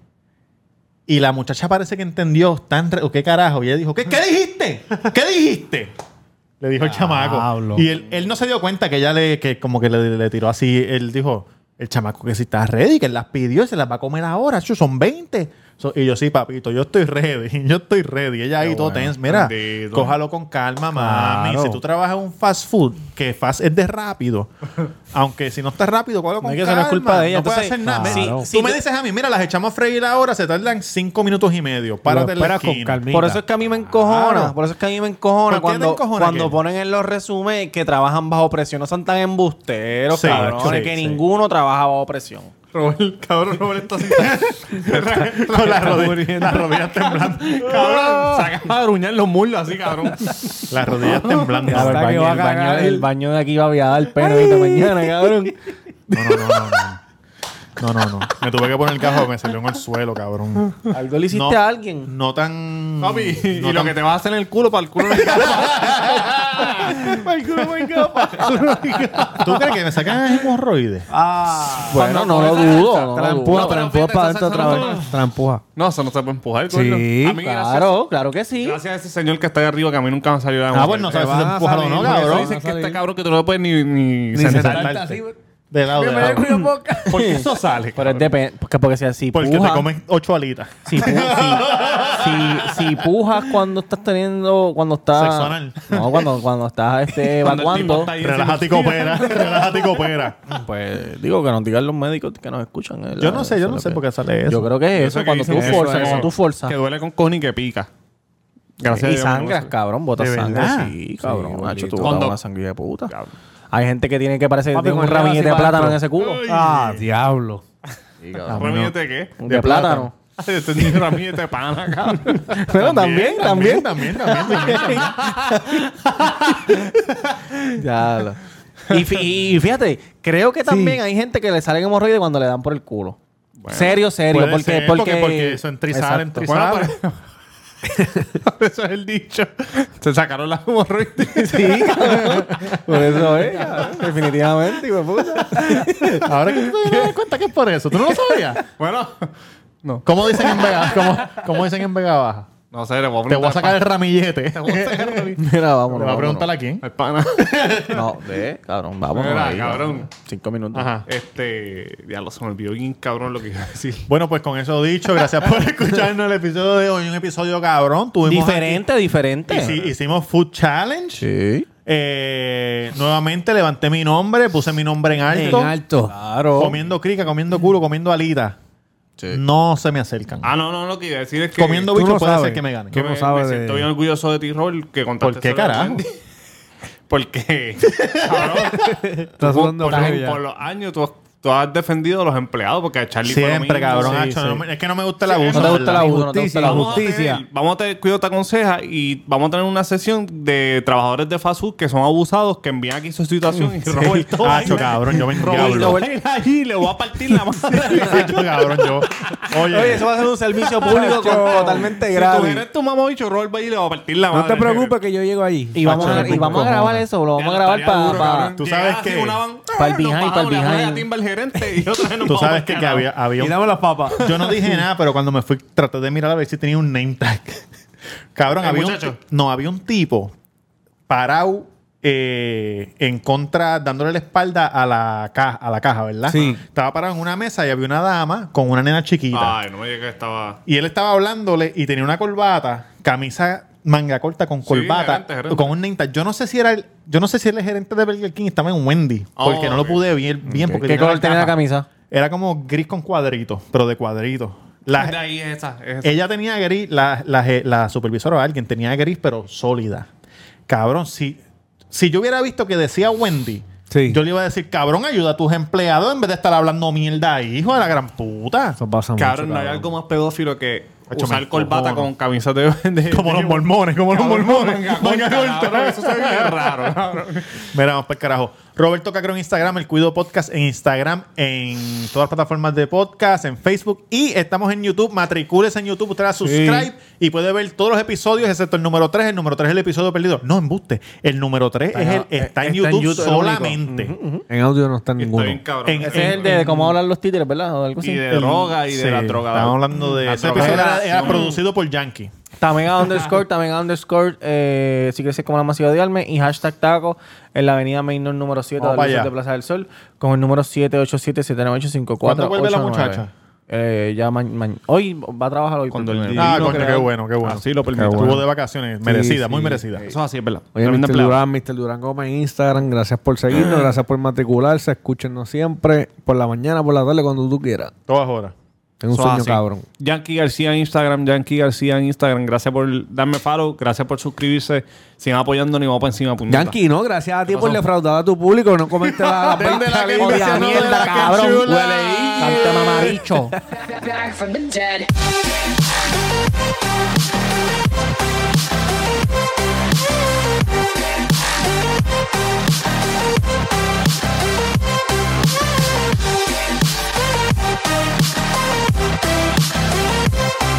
Speaker 1: Y la muchacha parece que entendió, ¿están re- o qué carajo? Y ella dijo, ¿qué, qué dijiste? ¿Qué dijiste? Le dijo el
Speaker 10: Diablo.
Speaker 1: chamaco. Y él, él no se dio cuenta que ella le, que como que le, le tiró así. Él dijo, el chamaco que si está ready, que él las pidió y se las va a comer ahora. Chu, son 20. So- y yo, sí, papito, yo estoy ready. Yo estoy ready. Ella ahí todo tense. Mira,
Speaker 2: Bendito.
Speaker 1: cójalo con calma, mami.
Speaker 10: Claro.
Speaker 1: Ah, Si tú trabajas en un fast food, que fast es de rápido. Aunque si no está rápido, cójalo con
Speaker 3: No,
Speaker 1: calma.
Speaker 3: que eso no es culpa de ella.
Speaker 1: No puedes
Speaker 3: Entonces,
Speaker 1: hacer nada.
Speaker 3: claro.
Speaker 1: Tú
Speaker 3: Sí, sí,
Speaker 1: me
Speaker 3: tú-
Speaker 1: dices a mí, mira, las echamos a freír ahora, se tardan cinco minutos y medio. Párate en la
Speaker 10: espera con
Speaker 1: esquina.
Speaker 10: calmita.
Speaker 3: Por eso es que a mí me encojona.
Speaker 1: Claro.
Speaker 3: Por eso es que a mí me encojona
Speaker 1: ¿Por qué te
Speaker 3: cuando,
Speaker 1: encojona,
Speaker 3: cuando
Speaker 1: Ken?
Speaker 3: ponen en los resúmenes que trabajan bajo presión. No son tan embusteros,
Speaker 1: Sí,
Speaker 3: cabrones,
Speaker 1: sí,
Speaker 3: que
Speaker 1: sí.
Speaker 3: ninguno trabaja bajo presión.
Speaker 2: Robert, cabrón, Robert está así.
Speaker 1: Con las rodillas, las rodillas temblando.
Speaker 2: Cabrón, se acaba de gruñar los muslos así, cabrón.
Speaker 1: Las rodillas temblando.
Speaker 3: Claro, el,
Speaker 10: que va
Speaker 3: baño,
Speaker 10: a
Speaker 3: el baño-
Speaker 10: cagar
Speaker 3: el
Speaker 10: el-
Speaker 3: baño de aquí va a viajar el pelo ahorita mañana, cabrón.
Speaker 1: No, no, no, no, no. No, no, no. Me tuve que poner el cajo, me salió en el suelo, cabrón.
Speaker 3: Algo le hiciste
Speaker 1: No.
Speaker 3: a alguien.
Speaker 1: No tan.
Speaker 2: Papi, y
Speaker 1: no
Speaker 2: lo
Speaker 1: tan-
Speaker 2: que te vas a hacer en el culo para el culo. de-
Speaker 1: ¿Tú crees que me sacan hemorroides?
Speaker 3: Ah,
Speaker 1: Ah,
Speaker 3: Bueno, no lo dudo.
Speaker 10: Te la
Speaker 3: No
Speaker 10: empuja, te la
Speaker 2: pero
Speaker 10: empuja
Speaker 2: Oh, fíjate,
Speaker 10: para
Speaker 2: esa
Speaker 10: adentro otra
Speaker 2: salsa no-
Speaker 10: vez. Te la empuja.
Speaker 2: no, eso no se puede empujar,
Speaker 10: Sí,
Speaker 2: coño. A mí, gracias-
Speaker 3: Claro, claro que sí.
Speaker 2: Gracias a ese señor que está ahí arriba, que a mí nunca me salió la
Speaker 1: Ah, bueno, no sabes si te
Speaker 10: van a
Speaker 1: empujaron o no,
Speaker 10: salir, por eso
Speaker 1: cabrón.
Speaker 10: dice-
Speaker 2: Dicen
Speaker 10: a
Speaker 2: que
Speaker 10: salir.
Speaker 2: este cabrón que tú no lo puedes ni, ni,
Speaker 1: Ni
Speaker 2: sentar.
Speaker 1: sentarte. De lado, de lado.
Speaker 2: Porque eso sale.
Speaker 3: Pero es depende. Porque, porque si así
Speaker 1: Porque te
Speaker 3: puja-
Speaker 1: comen ocho alitas.
Speaker 3: Si, pu- si- si- si pujas cuando estás teniendo, cuando estás.
Speaker 1: Sexo anal.
Speaker 3: No, cuando, cuando estás este,
Speaker 2: Cuando el tipo
Speaker 3: evacuando.
Speaker 2: está ahí
Speaker 1: Relájate y
Speaker 2: encima.
Speaker 1: coopera. Relájate y coopera.
Speaker 3: Pues digo que nos digan los médicos que nos escuchan. ¿verdad?
Speaker 1: Yo no sé, yo
Speaker 3: Eso
Speaker 1: no
Speaker 3: es
Speaker 1: sé
Speaker 3: lo
Speaker 1: por
Speaker 3: que-
Speaker 1: qué sale eso.
Speaker 3: Yo creo que es eso,
Speaker 2: que
Speaker 3: cuando tú
Speaker 2: dicen eso
Speaker 3: forzas,
Speaker 2: es-
Speaker 3: cuando tú forzas.
Speaker 2: Que duele con cojón y que pica. Gracias a
Speaker 3: y
Speaker 2: Dios, no me
Speaker 3: sangras,
Speaker 2: pasó.
Speaker 3: cabrón, botas
Speaker 1: ¿De
Speaker 3: sangre.
Speaker 1: verdad?
Speaker 3: Sí, cabrón. macho,
Speaker 2: bendito.
Speaker 3: tú botas
Speaker 2: Cuando-
Speaker 3: una sangría de puta. Hay gente que tiene que parecer
Speaker 10: Papi,
Speaker 3: tiene un
Speaker 10: con el dedo
Speaker 3: ramillete
Speaker 10: así
Speaker 3: de
Speaker 10: para
Speaker 3: plátano en ese
Speaker 10: adentro.
Speaker 3: culo.
Speaker 10: Ah, diablo.
Speaker 2: ¿Ramillete este qué?
Speaker 3: De, plátano.
Speaker 2: Este es un ramillete de pana, cabrón.
Speaker 3: Pero también, también.
Speaker 1: También, también. también.
Speaker 3: Ya lo- Y, fi- y fíjate, creo que también hay gente que le salen hemorroides cuando le dan por el culo. serio, serio.
Speaker 1: Puede
Speaker 3: Porque,
Speaker 1: ser, porque- porque eso pues. entrizar,
Speaker 3: Exacto.
Speaker 1: entrizar.
Speaker 3: Bueno, pero-
Speaker 2: Eso es el dicho. Se sacaron las hemorroides.
Speaker 3: Sí, cabrón. Por pues, eso es, cabrón. definitivamente, hijo de puta.
Speaker 1: Ahora que tú te das cuenta que es por eso. ¿Tú no lo sabías?
Speaker 2: bueno, no.
Speaker 1: ¿Cómo dicen en Vega, cómo, cómo dicen en Vega Baja?
Speaker 2: No sé, le voy a
Speaker 1: Te voy a
Speaker 2: preguntar
Speaker 1: sacar el ramillete.
Speaker 3: Mira, vámonos.
Speaker 1: Le voy a
Speaker 3: vámonos.
Speaker 1: preguntar a quién.
Speaker 2: al pana.
Speaker 3: No, ve, cabrón, vámonos.
Speaker 2: Mira,
Speaker 3: ahí,
Speaker 2: cabrón.
Speaker 3: Cinco minutos.
Speaker 1: Ajá.
Speaker 2: Este, ya lo se me olvidó bien cabrón lo que iba a decir.
Speaker 1: Bueno, pues con eso dicho, gracias por escucharnos el episodio de hoy. Un episodio cabrón. Tuvimos
Speaker 3: Diferente, diferente.
Speaker 1: aquí- hici- hicimos Food Challenge.
Speaker 3: Sí.
Speaker 1: Eh, nuevamente levanté mi nombre, puse mi nombre en alto.
Speaker 10: En alto.
Speaker 3: Claro.
Speaker 1: Comiendo crica, comiendo culo, comiendo alita. No se me acercan.
Speaker 2: Ah, no, no, lo que iba a decir es que.
Speaker 1: comiendo
Speaker 10: tú
Speaker 1: bicho
Speaker 10: no
Speaker 1: puede
Speaker 10: sabes.
Speaker 1: ser que me ganen.
Speaker 2: que
Speaker 10: Tú
Speaker 2: me,
Speaker 10: no sabes
Speaker 2: me
Speaker 10: de-
Speaker 2: siento bien orgulloso de ti, Robert, que contaste.
Speaker 1: ¿Por qué,
Speaker 2: sobre
Speaker 1: carajo?
Speaker 2: Andy. Porque, cabrón,
Speaker 10: Estás
Speaker 2: por,
Speaker 10: hablando
Speaker 2: por los-
Speaker 10: de
Speaker 2: por los años tú has, tú has defendido a los empleados porque a Charlie fue lo
Speaker 1: Siempre,
Speaker 2: mismo.
Speaker 1: cabrón.
Speaker 2: Sí,
Speaker 1: Hacho,
Speaker 2: sí.
Speaker 1: no me- es que no me gusta el abuso.
Speaker 3: No te gusta
Speaker 1: ¿verdad?
Speaker 3: el abuso, no te gusta el
Speaker 10: La
Speaker 3: abuso.
Speaker 2: Vamos a tener-
Speaker 10: justicia.
Speaker 2: vamos a tener cuidado te aconseja y vamos a tener una sesión de trabajadores de fast food que son abusados que envían aquí su situación y Roberto va
Speaker 1: Hacho,
Speaker 2: a ir-
Speaker 1: cabrón, yo me
Speaker 2: Roberto
Speaker 1: endiablo.
Speaker 2: va a ir allí y le voy a partir la madre.
Speaker 1: Hacho, cabrón, yo. Oye,
Speaker 3: Oye, eso va a ser un servicio público con- totalmente
Speaker 2: Si
Speaker 3: gratis.
Speaker 2: tuvieras tu mamabicho, Robert va a ir y le va a partir la
Speaker 10: No
Speaker 2: madre.
Speaker 10: te preocupes que yo llego ahí.
Speaker 3: Y vamos, a,
Speaker 1: Macho,
Speaker 3: y vamos a
Speaker 1: cojona.
Speaker 3: grabar eso, lo vamos a grabar para...
Speaker 1: Tú sabes que-
Speaker 3: pa el behind, pa el behind.
Speaker 2: el gerente y otra vez nos
Speaker 1: tú
Speaker 2: vamos
Speaker 1: sabes
Speaker 2: para
Speaker 1: que, que
Speaker 2: carajo.
Speaker 1: había, había
Speaker 10: Y
Speaker 1: un-
Speaker 10: dame las papas.
Speaker 1: Yo no dije nada, pero cuando me fui, traté de mirar a ver si tenía un name tag. Cabrón,
Speaker 2: El
Speaker 1: había un,
Speaker 2: muchacho.
Speaker 1: No, había un tipo parado eh, en contra, dándole la espalda a la, ca- a la caja, ¿verdad?
Speaker 10: Sí.
Speaker 1: Estaba parado en una mesa y había una dama con una nena chiquita.
Speaker 2: Ay, no me digas que estaba...
Speaker 1: Y él estaba hablándole y tenía una corbata, camisa manga corta con corbata,
Speaker 2: gerente, gerente.
Speaker 1: con un name tag. Yo no sé si era el, yo no sé si era el gerente de Burger King estaba en Wendy,
Speaker 2: Oh,
Speaker 1: porque no lo
Speaker 2: ok.
Speaker 1: pude ver bien. Porque
Speaker 3: ¿Qué color tenía la
Speaker 1: capa.
Speaker 3: camisa?
Speaker 1: Era como gris con cuadritos, pero de cuadritos. La-
Speaker 2: De ahí es esa. es esa.
Speaker 1: ella tenía gris, la, la, la supervisora o alguien tenía gris, pero sólida. Cabrón, si, si yo hubiera visto que decía Wendy,
Speaker 10: Sí.
Speaker 1: yo le iba a decir, cabrón, ayuda a tus empleados en vez de estar hablando mierda ahí, hijo de la gran puta.
Speaker 10: Eso pasa mucho,
Speaker 2: Cabrón, no hay algo más pedófilo que
Speaker 1: Hacho, me
Speaker 2: usar corbata
Speaker 1: cojono.
Speaker 2: con camisa de... de-
Speaker 1: Como los mormones, como los
Speaker 2: Cabrón,
Speaker 1: mormones.
Speaker 2: manga
Speaker 1: Manga
Speaker 2: corta,
Speaker 1: corta.
Speaker 2: cabrón, Eso se ve bien raro. cabrón.
Speaker 1: Mira, vamos para el carajo. Roberto Cacro en Instagram, el Cuido Podcast en Instagram, en todas las plataformas de podcast, en Facebook y estamos en YouTube. Matricúlese en YouTube, usted da subscribe y puede ver todos los episodios excepto el número 3. El número 3 es el episodio perdido. No, embuste. El número 3 es el,
Speaker 10: en-
Speaker 1: está en
Speaker 10: está en
Speaker 1: YouTube,
Speaker 10: YouTube, el único.
Speaker 1: solamente.
Speaker 10: En audio no está
Speaker 2: Está
Speaker 10: ninguno.
Speaker 2: bien cabrón.
Speaker 1: En-
Speaker 2: Ese
Speaker 3: Ese es el de, de cómo hablan los títeres, ¿verdad? O algo
Speaker 2: Y
Speaker 3: así.
Speaker 2: de
Speaker 1: El-
Speaker 2: droga y de
Speaker 1: sí,
Speaker 2: la droga.
Speaker 1: Estamos hablando de
Speaker 2: La
Speaker 1: ese episodio. Era, era
Speaker 2: drogadicción.
Speaker 1: producido por Yankee.
Speaker 3: Tamega underscore, Tamega underscore, eh, si quieres ser como la masiva de Alme, y hashtag taco en la avenida Mainor número 7
Speaker 1: Vamos
Speaker 3: de,
Speaker 1: pa'
Speaker 3: Luces
Speaker 1: allá.
Speaker 3: de Plaza del Sol, con el número 787-798-5489.
Speaker 1: ¿Cuándo vuelve la muchacha?
Speaker 3: Eh, ya ma- ma- hoy va a trabajar hoy.
Speaker 2: Cuando
Speaker 3: por
Speaker 2: el
Speaker 3: primera
Speaker 2: día-
Speaker 3: vez.
Speaker 1: Ah,
Speaker 2: lo
Speaker 1: coño, qué
Speaker 2: crearon.
Speaker 1: bueno, qué bueno.
Speaker 2: Así lo permite.
Speaker 1: Estuvo
Speaker 2: Bueno.
Speaker 1: de vacaciones, merecida, muy
Speaker 10: sí.
Speaker 1: merecida.
Speaker 2: Eso es así, es verdad.
Speaker 10: Oye,
Speaker 2: Tremendo
Speaker 10: Mr.
Speaker 2: empleado.
Speaker 10: Durán, Mr. Durán Gómez en Instagram. Gracias por seguirnos, gracias por matricularse. Escúchenos siempre, por la mañana, por la tarde, cuando tú quieras.
Speaker 1: Todas horas.
Speaker 10: Tengo un
Speaker 2: Eso es
Speaker 10: sueño,
Speaker 2: así.
Speaker 10: cabrón.
Speaker 2: Yankee García en Instagram, Yankee García en Instagram. Gracias por darme follow, gracias por suscribirse. Sigan apoyando ni vamos para encima, puñeta.
Speaker 10: Yankee, no, gracias a ti por
Speaker 2: pasó?
Speaker 10: defraudar a tu público. No comiste la
Speaker 1: Vende la que
Speaker 10: Odia,
Speaker 1: invirtió, no de
Speaker 10: mierda,
Speaker 1: la que
Speaker 10: cabrón.
Speaker 1: chula.
Speaker 3: Tanto mamadicho.
Speaker 4: Back, back from the dead.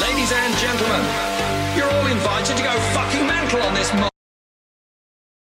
Speaker 11: Ladies and gentlemen, you're all invited to go fucking